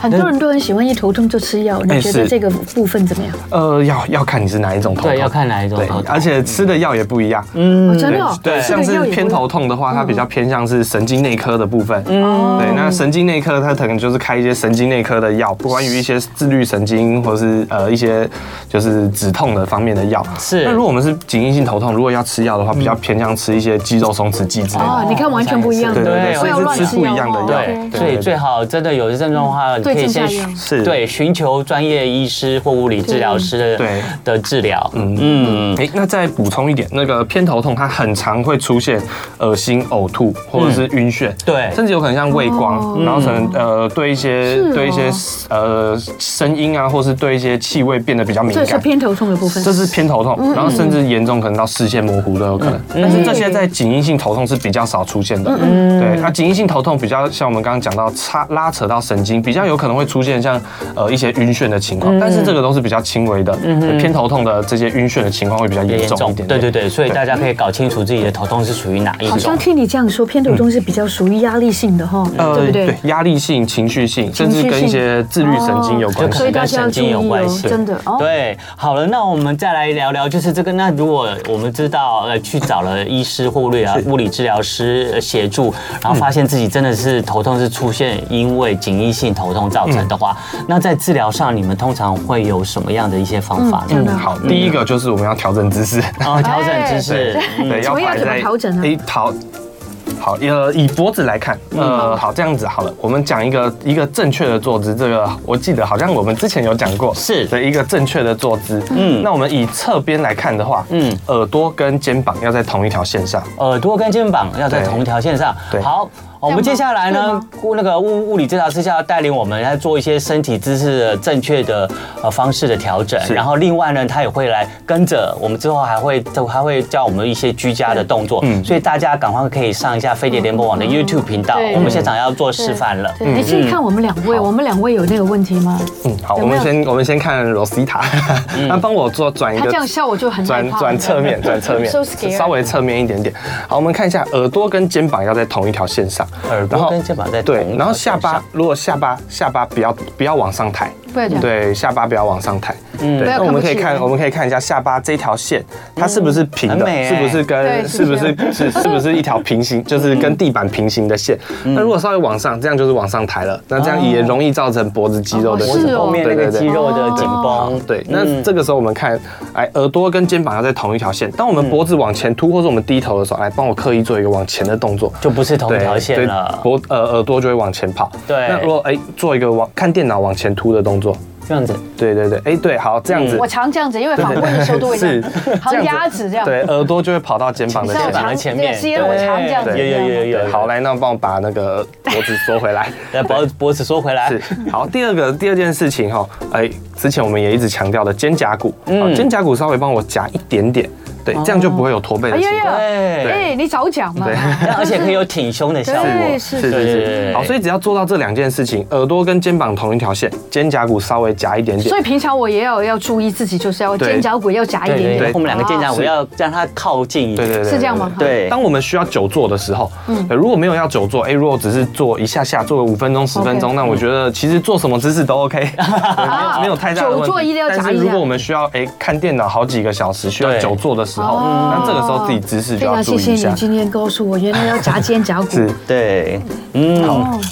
[SPEAKER 1] 很多人都很喜欢一头痛就吃药，你
[SPEAKER 3] 哎
[SPEAKER 1] 觉得
[SPEAKER 3] 是
[SPEAKER 1] 这个部分怎么样？
[SPEAKER 3] 呃，要要看你是哪一种头痛，
[SPEAKER 2] 哦对，要看哪一种
[SPEAKER 3] 对
[SPEAKER 2] 头痛嗯
[SPEAKER 3] 而且吃的药也不一样。
[SPEAKER 1] 哦，真的哦，
[SPEAKER 3] 嗯对，
[SPEAKER 1] 这
[SPEAKER 3] 像
[SPEAKER 1] 个药
[SPEAKER 3] 是
[SPEAKER 1] 也不
[SPEAKER 3] 偏头痛的话，它比较偏向是神经内科的部分。
[SPEAKER 1] 哦
[SPEAKER 3] 对，那神经内科它可能就是开一些神经内科的药，不关于一些自律神经或是呃一些就是止痛的方面的药。
[SPEAKER 2] 是
[SPEAKER 3] 那如果我们是紧硬性头痛，如果要吃药的话，比较偏向吃一些肌肉松弛剂之类
[SPEAKER 1] 哦，
[SPEAKER 3] 的。
[SPEAKER 1] 你看完全不一样，
[SPEAKER 3] 对对对，
[SPEAKER 2] 对
[SPEAKER 3] 所
[SPEAKER 2] 不要
[SPEAKER 3] 以
[SPEAKER 2] 乱
[SPEAKER 3] 是吃
[SPEAKER 1] 吃
[SPEAKER 3] 不
[SPEAKER 1] 药
[SPEAKER 3] 一样的
[SPEAKER 1] 哦
[SPEAKER 3] 药。
[SPEAKER 2] 对，所以
[SPEAKER 3] 对
[SPEAKER 2] 最好真的有症状的话，你可
[SPEAKER 1] 对
[SPEAKER 2] 以
[SPEAKER 1] 症
[SPEAKER 2] 先
[SPEAKER 1] 下药
[SPEAKER 3] 是
[SPEAKER 2] 对寻求专业医师或物理治疗师的
[SPEAKER 3] 对
[SPEAKER 2] 的治疗。嗯，
[SPEAKER 3] 嗯，哎、那再补充一点，那个偏头痛它很常会出现恶心、呕吐或者是
[SPEAKER 1] 嗯
[SPEAKER 3] 晕眩，
[SPEAKER 2] 对
[SPEAKER 3] 甚至有可能像畏光，然后可能呃对一些、
[SPEAKER 1] 哦是哦
[SPEAKER 3] 对一些呃声音啊，或是对一些气味变得比较敏
[SPEAKER 1] 这是
[SPEAKER 3] 感。
[SPEAKER 1] 偏头痛的部分。
[SPEAKER 3] 这是偏头痛，然后甚至严重可能到视线模糊都有可能，但是这些在紧硬性头痛是比较少出现的。对，那紧硬性头痛比较像我们刚刚讲到插拉扯到神经，比较有可能会出现像呃一些晕眩的情况，但是这个都是比较轻微的。偏头痛的这些晕眩的情况会比较严
[SPEAKER 2] 严
[SPEAKER 3] 重一
[SPEAKER 2] 重，
[SPEAKER 3] 点。
[SPEAKER 2] 对对对，所以大家可以搞清楚自己的头痛是属于哪一
[SPEAKER 1] 好像
[SPEAKER 2] 种。
[SPEAKER 1] 听你这样说，偏头痛是比较属于压力性的哈，
[SPEAKER 3] 呃，
[SPEAKER 1] 对不对？，
[SPEAKER 3] 压力性、情绪性，甚
[SPEAKER 1] 情绪
[SPEAKER 3] 至跟一
[SPEAKER 1] 性
[SPEAKER 3] 些自律神经有关
[SPEAKER 2] 就
[SPEAKER 3] 系
[SPEAKER 2] 可
[SPEAKER 1] 所以
[SPEAKER 2] 能。
[SPEAKER 1] 大
[SPEAKER 2] 跟
[SPEAKER 1] 家要
[SPEAKER 2] 神
[SPEAKER 1] 注
[SPEAKER 2] 经
[SPEAKER 1] 意
[SPEAKER 2] 有关
[SPEAKER 1] 哦
[SPEAKER 2] 系，，
[SPEAKER 1] 真的哦。
[SPEAKER 2] 对，好了，那我们再来聊聊，就是这个。那如果我们知道，呃，去找了医师或物理啊物理治疗师呃协助，然后发现自己真的是头痛是出现因为紧异性头痛造成的话，那在治疗上你们通常会有什么样的一些方法
[SPEAKER 1] 嗯
[SPEAKER 2] 嗯
[SPEAKER 1] 真
[SPEAKER 2] 呢？
[SPEAKER 1] 的
[SPEAKER 3] 好，第一个就是我们要调整姿势。
[SPEAKER 2] 哦，调整姿势
[SPEAKER 1] 哎，
[SPEAKER 2] 嗯
[SPEAKER 3] 对，
[SPEAKER 1] 怎
[SPEAKER 3] 要
[SPEAKER 1] 么样
[SPEAKER 3] 摆
[SPEAKER 1] 怎么
[SPEAKER 3] 在
[SPEAKER 1] 调整呢
[SPEAKER 3] 诶好。好，呃，以脖子来看，呃，好，这样子好了，我们讲一个一个正确的坐姿，这个我记得好像我们之前有讲过，
[SPEAKER 2] 是
[SPEAKER 3] 的一个正确的坐姿。嗯，那我们以侧边来看的话，
[SPEAKER 2] 嗯
[SPEAKER 3] 嗯，耳朵跟肩膀要在同一条线上。
[SPEAKER 2] 耳朵跟肩膀要在
[SPEAKER 3] 对
[SPEAKER 2] 同一条线上。
[SPEAKER 3] 对
[SPEAKER 2] 好，我们接下来呢，物那个物物理治疗师就要带领我们来做一些身体姿势的正确的呃方式的调整，
[SPEAKER 3] 是
[SPEAKER 2] 然后另外呢，他也会来跟着我们之后还会就还会教我们一些居家的动作，
[SPEAKER 3] 嗯
[SPEAKER 2] 所以大家赶快可以上一下飞碟联播网的 YouTube 频道，
[SPEAKER 1] 嗯对
[SPEAKER 2] 我们现场要做示范了。
[SPEAKER 1] 对，你自己看我们两位，我们两位有那个问题吗？
[SPEAKER 3] 嗯，好，
[SPEAKER 1] 有
[SPEAKER 3] 我
[SPEAKER 1] 没
[SPEAKER 3] 们
[SPEAKER 1] 有
[SPEAKER 3] 先我们先看 Rosita，那 帮我做转一
[SPEAKER 1] 他
[SPEAKER 3] 个
[SPEAKER 1] 这样笑我就很害
[SPEAKER 3] 转
[SPEAKER 1] 怕。
[SPEAKER 3] 转侧面，转侧 面
[SPEAKER 1] So scared，
[SPEAKER 3] 稍微侧面一点点。好，我们看一下耳朵跟肩膀要在同一条线上，
[SPEAKER 2] 耳
[SPEAKER 3] 然
[SPEAKER 2] 朵
[SPEAKER 3] 后
[SPEAKER 2] 跟肩膀在同一条
[SPEAKER 3] 对，然后
[SPEAKER 2] 线
[SPEAKER 3] 下
[SPEAKER 2] 上
[SPEAKER 3] 巴，如果下巴下巴不要不要往上抬，
[SPEAKER 1] 不要讲
[SPEAKER 3] 对，下巴不要往上抬。
[SPEAKER 2] 嗯
[SPEAKER 3] 对，
[SPEAKER 1] 不要
[SPEAKER 3] 那我们可
[SPEAKER 1] 看
[SPEAKER 3] 以
[SPEAKER 1] 不起
[SPEAKER 3] 看，
[SPEAKER 1] 人
[SPEAKER 3] 我们可以看一下下巴这条线，它是不是平
[SPEAKER 2] 很
[SPEAKER 3] 的？
[SPEAKER 2] 美欸
[SPEAKER 3] 是不
[SPEAKER 1] 对
[SPEAKER 3] 是跟
[SPEAKER 1] 是
[SPEAKER 3] 是
[SPEAKER 1] 不
[SPEAKER 3] 不
[SPEAKER 1] 是
[SPEAKER 3] 是是是不是一条平行，就是跟地板平行的线？
[SPEAKER 2] 嗯
[SPEAKER 3] 那如果稍微往上，这样就是往上抬了，那这样也容易造成脖子肌肉的
[SPEAKER 1] 哦哦是哦
[SPEAKER 2] 后面那个
[SPEAKER 3] 对对
[SPEAKER 2] 肌
[SPEAKER 3] 对
[SPEAKER 2] 肉嗯的紧绷，
[SPEAKER 3] 对，那这个时候我们看，哎，耳朵跟肩膀要在同一条线。当我
[SPEAKER 2] 嗯
[SPEAKER 3] 们脖子往前凸，或者我们低头的时候，来哎帮我刻意做一个往前的动作，
[SPEAKER 5] 就不是同一条线
[SPEAKER 3] 对
[SPEAKER 5] 了。
[SPEAKER 3] 脖呃耳朵就会往前跑。
[SPEAKER 5] 对
[SPEAKER 3] 那如果哎做一个往看电脑往前凸的动作，
[SPEAKER 5] 这样子，
[SPEAKER 3] 对对对，哎对，好这样子
[SPEAKER 1] 嗯我，常这样子，因为访问的时候都会这样， 好像鸭子这样。
[SPEAKER 3] 对，耳朵就会跑到肩膀
[SPEAKER 1] 你
[SPEAKER 3] 的
[SPEAKER 1] 知道 我
[SPEAKER 3] 前面。
[SPEAKER 5] 长在
[SPEAKER 1] 常
[SPEAKER 5] 前面
[SPEAKER 1] 对是因为我常这样子。
[SPEAKER 5] 有有有
[SPEAKER 1] 有。
[SPEAKER 5] 有有。
[SPEAKER 3] 好，，来，那帮我把那个脖子缩回来。
[SPEAKER 5] 来脖脖子缩回来。
[SPEAKER 3] 是，好，第二个第二件事情哈，哎，之前我们也一直强调的肩胛骨，嗯，肩胛骨稍微帮我夹一点点，对，这样就不会有驼背
[SPEAKER 1] 哎
[SPEAKER 3] 的情况。
[SPEAKER 1] 呀呀，
[SPEAKER 5] 对，
[SPEAKER 1] 哎，你早讲嘛。
[SPEAKER 5] 那而且可以有挺胸的效果
[SPEAKER 1] 对，。哎是是。
[SPEAKER 3] 是是
[SPEAKER 5] 对对对
[SPEAKER 3] 是，好，所以只要做到这两件事情，耳朵跟肩膀同一条线，肩胛骨稍微夹一点 点
[SPEAKER 1] 所以，平常我也要要注意自己，就是要肩
[SPEAKER 3] 对
[SPEAKER 1] 胛骨要夹一
[SPEAKER 5] 对
[SPEAKER 1] 点
[SPEAKER 5] 对哎对，
[SPEAKER 1] 点
[SPEAKER 5] 我。们两个肩胛骨
[SPEAKER 3] 是
[SPEAKER 5] 要让它靠近一
[SPEAKER 3] 对
[SPEAKER 5] 点。
[SPEAKER 3] 对对，对
[SPEAKER 1] 是这样吗？？
[SPEAKER 2] 对，
[SPEAKER 3] 当我们需要久坐的时候，嗯，如果没有要久坐，哎，如果只是坐一下下，坐个五分钟、十分
[SPEAKER 1] OK 嗯
[SPEAKER 3] 钟，那我觉得其实做什么姿势都 OK，对 没
[SPEAKER 1] 啊
[SPEAKER 3] 有没有太大的问
[SPEAKER 1] 久
[SPEAKER 3] 题。
[SPEAKER 1] 坐一定要夹一下
[SPEAKER 3] 但是如果我们需要哎看电脑好几个小时，需要
[SPEAKER 5] 对
[SPEAKER 3] 久坐的时候，
[SPEAKER 1] 哦
[SPEAKER 3] 那这个时候自己姿势
[SPEAKER 1] 非
[SPEAKER 3] 就要
[SPEAKER 1] 常
[SPEAKER 3] 注
[SPEAKER 1] 谢
[SPEAKER 3] 意一
[SPEAKER 1] 谢
[SPEAKER 3] 下
[SPEAKER 1] 你。今天告诉我，原来要夹肩胛骨。
[SPEAKER 3] 是，
[SPEAKER 2] 对，
[SPEAKER 5] 嗯，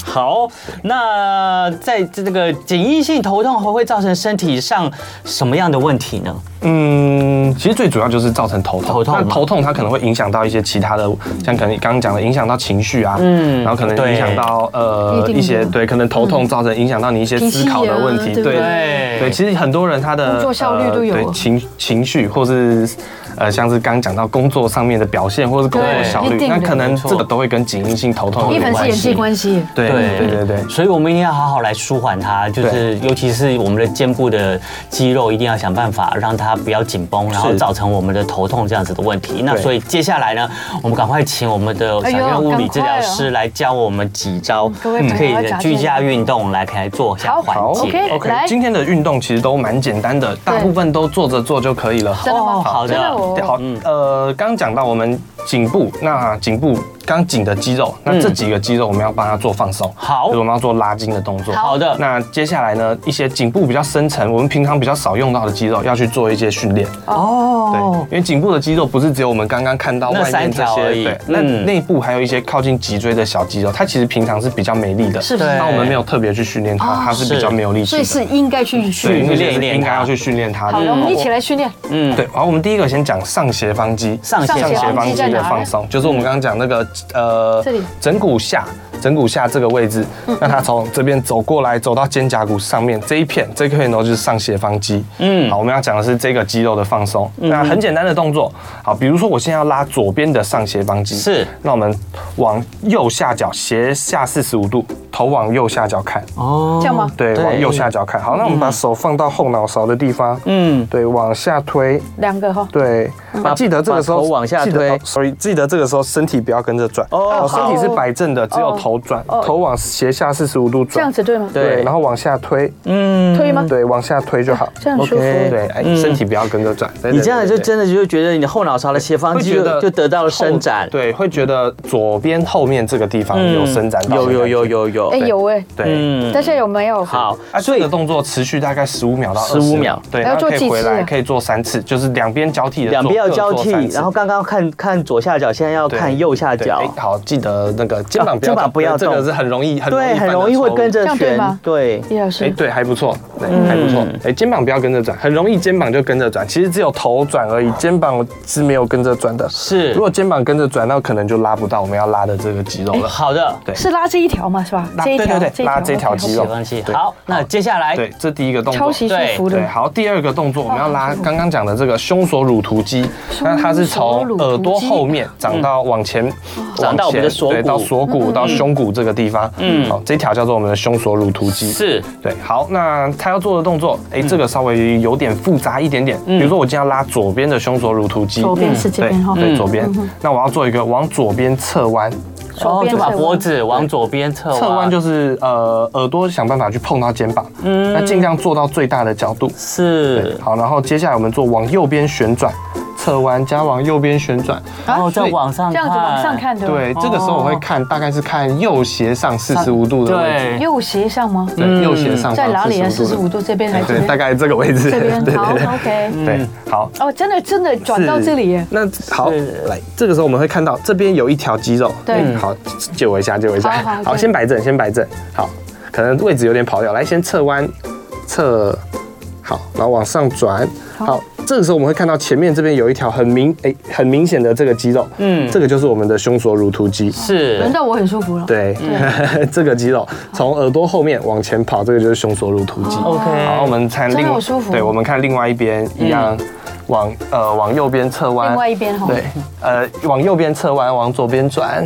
[SPEAKER 5] 好，那在这个紧异性头痛会造成身体上什么样的问题呢？
[SPEAKER 3] 嗯，其实最主要就是造成头痛。
[SPEAKER 5] 头痛
[SPEAKER 3] 那
[SPEAKER 5] 嘛
[SPEAKER 3] 头痛它可能会影响到一些其他的，像可能刚刚讲的影响到情绪啊，
[SPEAKER 5] 嗯
[SPEAKER 3] 嗯，然后可能影响到呃
[SPEAKER 1] 一定的
[SPEAKER 3] 一些对，可能头痛造成影响到你一些
[SPEAKER 1] 嗯脾
[SPEAKER 3] 思
[SPEAKER 1] 气
[SPEAKER 3] 考的
[SPEAKER 1] 啊
[SPEAKER 3] 问题，
[SPEAKER 1] 对不对
[SPEAKER 3] 对，其实很多人他的呃
[SPEAKER 1] 工作效率都有
[SPEAKER 3] 对情情绪，或是呃，像是刚刚讲到工作上面的表现，或是工作
[SPEAKER 5] 对
[SPEAKER 3] 效
[SPEAKER 1] 一
[SPEAKER 3] 率，
[SPEAKER 1] 定的
[SPEAKER 3] 那可能
[SPEAKER 5] 没错
[SPEAKER 3] 这个都会跟紧因性头痛
[SPEAKER 1] 一
[SPEAKER 3] 有
[SPEAKER 1] 粉是
[SPEAKER 3] 关
[SPEAKER 1] 人
[SPEAKER 3] 系
[SPEAKER 1] 际。关系。
[SPEAKER 3] 对对对对，
[SPEAKER 5] 所以我们一定要好好来舒缓它，就是尤其是我们的肩部的肌肉，一定要想办法让它不要紧绷，然后造成我们的头痛这样子的问题。那所以接下来呢，我们赶快请我们的
[SPEAKER 1] 哎
[SPEAKER 5] 小
[SPEAKER 1] 呦
[SPEAKER 5] 院物理
[SPEAKER 1] 赶快
[SPEAKER 5] 治疗师来教我们几招
[SPEAKER 1] 嗯各位朋友
[SPEAKER 5] 可以
[SPEAKER 1] 要夹
[SPEAKER 5] 居
[SPEAKER 1] 肩
[SPEAKER 5] 家运动来来做一下
[SPEAKER 1] 好
[SPEAKER 5] 缓
[SPEAKER 3] 好
[SPEAKER 5] 解。
[SPEAKER 1] OK，
[SPEAKER 3] OK，
[SPEAKER 1] 来
[SPEAKER 3] 今天的运动其实都蛮简单的，大部分都坐着做就可以了。
[SPEAKER 1] 真的吗？
[SPEAKER 5] 哦好的
[SPEAKER 1] 真的
[SPEAKER 3] 对
[SPEAKER 1] 我
[SPEAKER 3] 好，呃，刚讲到我们颈部，那颈部刚紧的肌肉，那这几个肌肉我们要帮它做放松，
[SPEAKER 5] 好
[SPEAKER 3] 所以我们要做拉筋的动作。
[SPEAKER 5] 好的，
[SPEAKER 3] 那接下来呢，一些颈部比较深层，我们平常比较少用到的肌肉，要去做一些训练。对
[SPEAKER 1] 哦，，
[SPEAKER 3] 因为颈部的肌肉不是只有我们刚刚看到
[SPEAKER 5] 那
[SPEAKER 3] 外面这
[SPEAKER 5] 三条而
[SPEAKER 3] 些，
[SPEAKER 5] 已
[SPEAKER 3] 对，
[SPEAKER 5] 嗯
[SPEAKER 3] 那内部还有一些靠近脊椎的小肌肉，它其实平常是比较没力的，
[SPEAKER 1] 是
[SPEAKER 5] 对
[SPEAKER 3] 那我们没有特别去训练它，它是比较没有力
[SPEAKER 1] 所以
[SPEAKER 3] 气的。
[SPEAKER 1] 哦是应该去
[SPEAKER 3] 对，
[SPEAKER 1] 训
[SPEAKER 5] 去
[SPEAKER 3] 那些
[SPEAKER 5] 练一嗯练
[SPEAKER 3] 是应该
[SPEAKER 5] 它
[SPEAKER 3] 要去训练它的。
[SPEAKER 1] 好了，我们一起
[SPEAKER 3] 来。
[SPEAKER 1] 来训练。
[SPEAKER 3] 对，好，我们第一个先讲上斜方肌。
[SPEAKER 5] 上斜
[SPEAKER 1] 上斜
[SPEAKER 3] 斜
[SPEAKER 1] 方
[SPEAKER 3] 方
[SPEAKER 1] 肌
[SPEAKER 3] 肌
[SPEAKER 1] 在哪
[SPEAKER 3] 的
[SPEAKER 1] 儿
[SPEAKER 3] 放松，就是我们刚刚讲那个呃
[SPEAKER 1] 这里
[SPEAKER 3] 枕骨下枕骨下这个位置，那它从这边走过来，走到肩胛骨上面这一片，这一片呢就是上斜方肌。嗯，好，我们要讲的是这个肌肉的放松。那很简单的动作，好，比如说我现在要拉左边的上斜方肌，
[SPEAKER 5] 是，
[SPEAKER 3] 那我们往右下角斜下四十五度，头往右下角看，
[SPEAKER 5] 哦
[SPEAKER 1] 这样吗？
[SPEAKER 3] 对，
[SPEAKER 5] 对
[SPEAKER 3] 往右下角看。好，那我们把手放到后脑勺的地方，
[SPEAKER 5] 嗯，
[SPEAKER 3] 对，往下推，
[SPEAKER 1] 两个哈。
[SPEAKER 3] 对，那记得这个时候
[SPEAKER 5] 把头往下
[SPEAKER 3] 记得
[SPEAKER 5] 推
[SPEAKER 3] 哦，sorry，记得这个时候身体不要跟着转，哦，身体是摆正的，只有头转，头往斜下四十五度转，
[SPEAKER 1] 哦这样子对吗？
[SPEAKER 3] 对，然后往下推，
[SPEAKER 5] 嗯，
[SPEAKER 1] 推吗？
[SPEAKER 3] 对，往下推就好，
[SPEAKER 1] 哦这样舒服
[SPEAKER 3] OK，对，哎，身体不要跟着转，对
[SPEAKER 6] 嗯你这样就。
[SPEAKER 3] 对对对
[SPEAKER 6] 真的就觉得你的后脑勺的斜方
[SPEAKER 3] 会
[SPEAKER 6] 肌
[SPEAKER 3] 觉
[SPEAKER 6] 就
[SPEAKER 3] 得
[SPEAKER 6] 就得到了伸展
[SPEAKER 3] 后，对，会觉得左边后面这个地方有伸展到，
[SPEAKER 6] 有有嗯有，有有
[SPEAKER 1] 哎，，有哎，
[SPEAKER 3] 对，嗯
[SPEAKER 5] 嗯
[SPEAKER 1] 大家有没有？
[SPEAKER 6] 好，
[SPEAKER 3] 啊，这个动作持续大概十五秒到
[SPEAKER 6] 15
[SPEAKER 3] 20
[SPEAKER 6] 秒
[SPEAKER 3] 对，
[SPEAKER 1] 要
[SPEAKER 3] 然后
[SPEAKER 1] 做
[SPEAKER 3] 可以
[SPEAKER 1] 几
[SPEAKER 3] 回
[SPEAKER 1] 次
[SPEAKER 3] 来
[SPEAKER 1] 啊
[SPEAKER 3] 可以做三次，就是两边交替的，
[SPEAKER 6] 两边要交
[SPEAKER 3] 各做
[SPEAKER 6] 替
[SPEAKER 3] 三，次
[SPEAKER 6] 然后刚刚看看左下角，现在要
[SPEAKER 3] 对
[SPEAKER 6] 看右下
[SPEAKER 3] 对哎
[SPEAKER 6] 角，
[SPEAKER 3] 好，记得那个肩膀
[SPEAKER 6] 啊肩膀不要
[SPEAKER 3] 这
[SPEAKER 6] 动
[SPEAKER 3] 个是很容易，很容易
[SPEAKER 6] 对，
[SPEAKER 3] 犯
[SPEAKER 6] 很
[SPEAKER 3] 的
[SPEAKER 6] 容易会
[SPEAKER 3] 错误
[SPEAKER 6] 跟着嗯
[SPEAKER 1] 这样对吗
[SPEAKER 6] 旋，对，
[SPEAKER 1] 李老
[SPEAKER 3] 哎，
[SPEAKER 1] 师，
[SPEAKER 3] 对，还不错，对，还不错。哎，肩膀不要跟着转，很容易肩膀就跟着转。其实只有头转而已，肩膀是没有跟着转的。
[SPEAKER 5] 是
[SPEAKER 3] 如果肩膀跟着转，那可能就拉不到我们要拉的这个肌肉了。
[SPEAKER 5] 好的，
[SPEAKER 1] 是拉这一条嘛，是吧？
[SPEAKER 3] 拉
[SPEAKER 1] 这一条，
[SPEAKER 3] 对对对拉这条
[SPEAKER 1] OK，
[SPEAKER 3] 肌
[SPEAKER 5] 没
[SPEAKER 3] 肉
[SPEAKER 5] 关系。
[SPEAKER 3] 对
[SPEAKER 5] 好，那接下来
[SPEAKER 3] 对，这第一个动作。
[SPEAKER 1] 超级舒服
[SPEAKER 3] 对，
[SPEAKER 1] 的。
[SPEAKER 3] 好，第二个动作我们要拉
[SPEAKER 6] 哦
[SPEAKER 3] 刚刚讲的这个胸锁乳突肌，那它是从耳朵后面长到往前，
[SPEAKER 6] 嗯长到我们的锁骨嗯
[SPEAKER 3] 对，到锁骨到胸骨这个地方，嗯，好，这条叫做我们的胸锁乳突肌，
[SPEAKER 5] 是
[SPEAKER 3] 对，好，那他要做的动作，哎，这个稍微有点复杂一点点，比如说我今天要拉左边的胸锁乳突肌，
[SPEAKER 1] 左边是这
[SPEAKER 3] 对
[SPEAKER 1] 边哈，
[SPEAKER 3] 对，左边，那我要做一个往左边侧弯，
[SPEAKER 2] 哦
[SPEAKER 1] 左边
[SPEAKER 5] 就把
[SPEAKER 1] 侧弯
[SPEAKER 5] 脖子往左边侧
[SPEAKER 3] 侧弯
[SPEAKER 5] 弯，
[SPEAKER 3] 就是呃耳朵想办法去碰到肩膀，那尽量做到最大的角度，
[SPEAKER 5] 是
[SPEAKER 3] 好，然后接下来我们做往右边旋转，侧弯，加往右边旋转。
[SPEAKER 2] 然后再
[SPEAKER 3] 啊所以
[SPEAKER 2] 往上
[SPEAKER 1] 这样子哦往上，看对吧？
[SPEAKER 3] 对，这个时候我会看，大概是看右斜上四十五度的位置，
[SPEAKER 2] 对，
[SPEAKER 1] 右斜上吗？
[SPEAKER 3] 对，右斜上
[SPEAKER 1] 在哪里啊？
[SPEAKER 3] 方
[SPEAKER 1] 四
[SPEAKER 3] 45
[SPEAKER 1] 十
[SPEAKER 3] 度
[SPEAKER 1] 五度这边还
[SPEAKER 3] 的，
[SPEAKER 1] 是
[SPEAKER 3] 嗯对，
[SPEAKER 1] 这
[SPEAKER 3] 大
[SPEAKER 1] 边？
[SPEAKER 3] 概这个位置，
[SPEAKER 1] 这
[SPEAKER 3] 对 对
[SPEAKER 1] 边好
[SPEAKER 3] 对，
[SPEAKER 1] ，OK。
[SPEAKER 3] 对，好。
[SPEAKER 1] 哦，真的真的转到这里耶。
[SPEAKER 3] 那好，来，这个时候我们会看到这边有一条肌肉，
[SPEAKER 1] 对
[SPEAKER 3] 嗯好，借我一下，借我一下，
[SPEAKER 1] 好好对
[SPEAKER 3] 先摆正，先摆正，好，可能位置有点跑掉，来，先侧弯，侧，好，然后往上转，好，这个时候我们会看到前面这边有一条很明，哎，很明显的这个肌肉，嗯，这个就是我们的胸锁乳突肌，
[SPEAKER 2] 是
[SPEAKER 1] 轮到我很舒服了。
[SPEAKER 3] 对，
[SPEAKER 1] 嗯
[SPEAKER 3] 这个肌肉从耳朵后面往前跑，这个就是胸锁乳突肌。
[SPEAKER 2] OK，
[SPEAKER 3] 好，我们看
[SPEAKER 1] 真的
[SPEAKER 3] 另
[SPEAKER 1] 好舒服嗯
[SPEAKER 3] 对，我们看另外一边一样，往呃往右边侧弯，
[SPEAKER 1] 另外一边哈，
[SPEAKER 3] 对，呃，往右边侧弯，往左边转。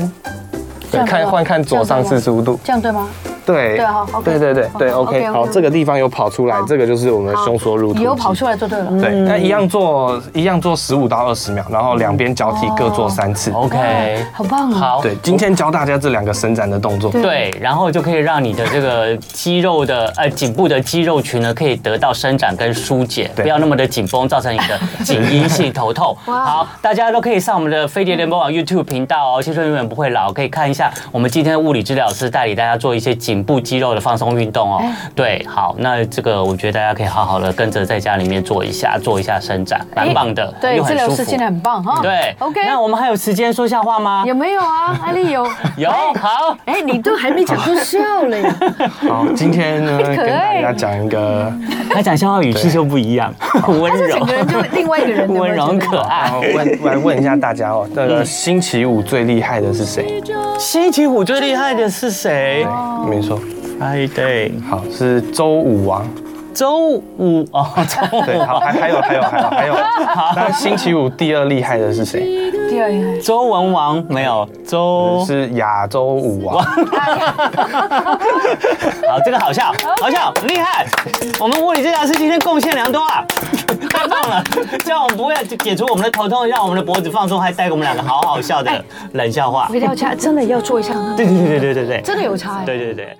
[SPEAKER 1] 这
[SPEAKER 3] 对，
[SPEAKER 1] 样
[SPEAKER 3] 看
[SPEAKER 1] 吧
[SPEAKER 3] 换看左上
[SPEAKER 1] 这样吧
[SPEAKER 3] 四十五度，
[SPEAKER 1] 这样对吗？
[SPEAKER 3] 对
[SPEAKER 1] 对好，OK
[SPEAKER 3] 对对对对
[SPEAKER 1] 好
[SPEAKER 3] ，OK，
[SPEAKER 1] ，OK，OK，
[SPEAKER 3] 好，这个地方有跑出来
[SPEAKER 1] 好，
[SPEAKER 3] 这个就是我们的
[SPEAKER 1] 好
[SPEAKER 3] 胸锁乳突
[SPEAKER 1] 以
[SPEAKER 3] 肌
[SPEAKER 1] 后跑出来嗯就对了。
[SPEAKER 3] 对，那一样做一样做十五到二十秒，然后两边脚体各做三次。
[SPEAKER 1] 哦
[SPEAKER 3] 哎
[SPEAKER 2] OK，
[SPEAKER 1] 好棒啊！，
[SPEAKER 2] 好，
[SPEAKER 3] 嗯对，今天教大家这两个伸展的动作。
[SPEAKER 1] 对
[SPEAKER 2] 对，然后就可以让你的这个肌肉的呃颈部的肌肉群呢，可以得到伸展跟疏解，
[SPEAKER 3] 对
[SPEAKER 2] 不要那么的紧绷，造成你 的颈阴性头痛。
[SPEAKER 1] 哇嗯
[SPEAKER 2] 好，大家都可以上我们的飞碟联播网 YouTube 频道哦，青春永远不会老，可以看一下我们今天的物理治疗师带领大家做一些颈部肌肉的放松运动哦
[SPEAKER 1] 哎。
[SPEAKER 2] 对，好，那这个我觉得大家可以好好的跟着在家里面做一下，做一下伸展，蛮棒的，
[SPEAKER 1] 哎对
[SPEAKER 2] 又，
[SPEAKER 1] 治
[SPEAKER 2] 很
[SPEAKER 1] 疗
[SPEAKER 2] 舒
[SPEAKER 1] 师
[SPEAKER 2] 服
[SPEAKER 1] 现在。很棒哈。
[SPEAKER 2] 对
[SPEAKER 1] ，OK，
[SPEAKER 2] 那我们还有时间说笑话吗？
[SPEAKER 1] 有没有啊？艾丽有。
[SPEAKER 2] 有，好。
[SPEAKER 1] 哎，你都还没讲就笑了耶，
[SPEAKER 3] 好，今天呢，
[SPEAKER 1] 可
[SPEAKER 3] 跟
[SPEAKER 1] 爱
[SPEAKER 3] 大家讲一个
[SPEAKER 2] 他讲笑话语气就不一样，温
[SPEAKER 1] 他是
[SPEAKER 2] 柔
[SPEAKER 1] 整，个人就另外一个人，
[SPEAKER 2] 温柔可爱。
[SPEAKER 3] 好，问来问一下大家哦，那
[SPEAKER 1] 嗯
[SPEAKER 3] 个星期五最厉害的是谁？
[SPEAKER 2] 星期五最厉害的是谁
[SPEAKER 1] 哦
[SPEAKER 3] 你们说，
[SPEAKER 2] ？Friday，
[SPEAKER 3] 好，是周五王。
[SPEAKER 2] 周五哦，周
[SPEAKER 3] 对，好，还还有还有还有还有，那星期五第二厉害的是谁？
[SPEAKER 1] 你知道吗。第二个，
[SPEAKER 2] 周文王没有周，
[SPEAKER 3] 是亚洲舞 王。
[SPEAKER 2] 好，这个好笑，好笑，厉害！我们物理治疗师今天贡献良多啊，太棒了！这样我们不会解除我们的头痛，让我们的脖子放松，还带给我们两个好好笑的冷笑话。
[SPEAKER 1] 哎回到家真的要做一下，
[SPEAKER 2] 对对对对对对
[SPEAKER 1] 真的有差哎。
[SPEAKER 2] 对对对。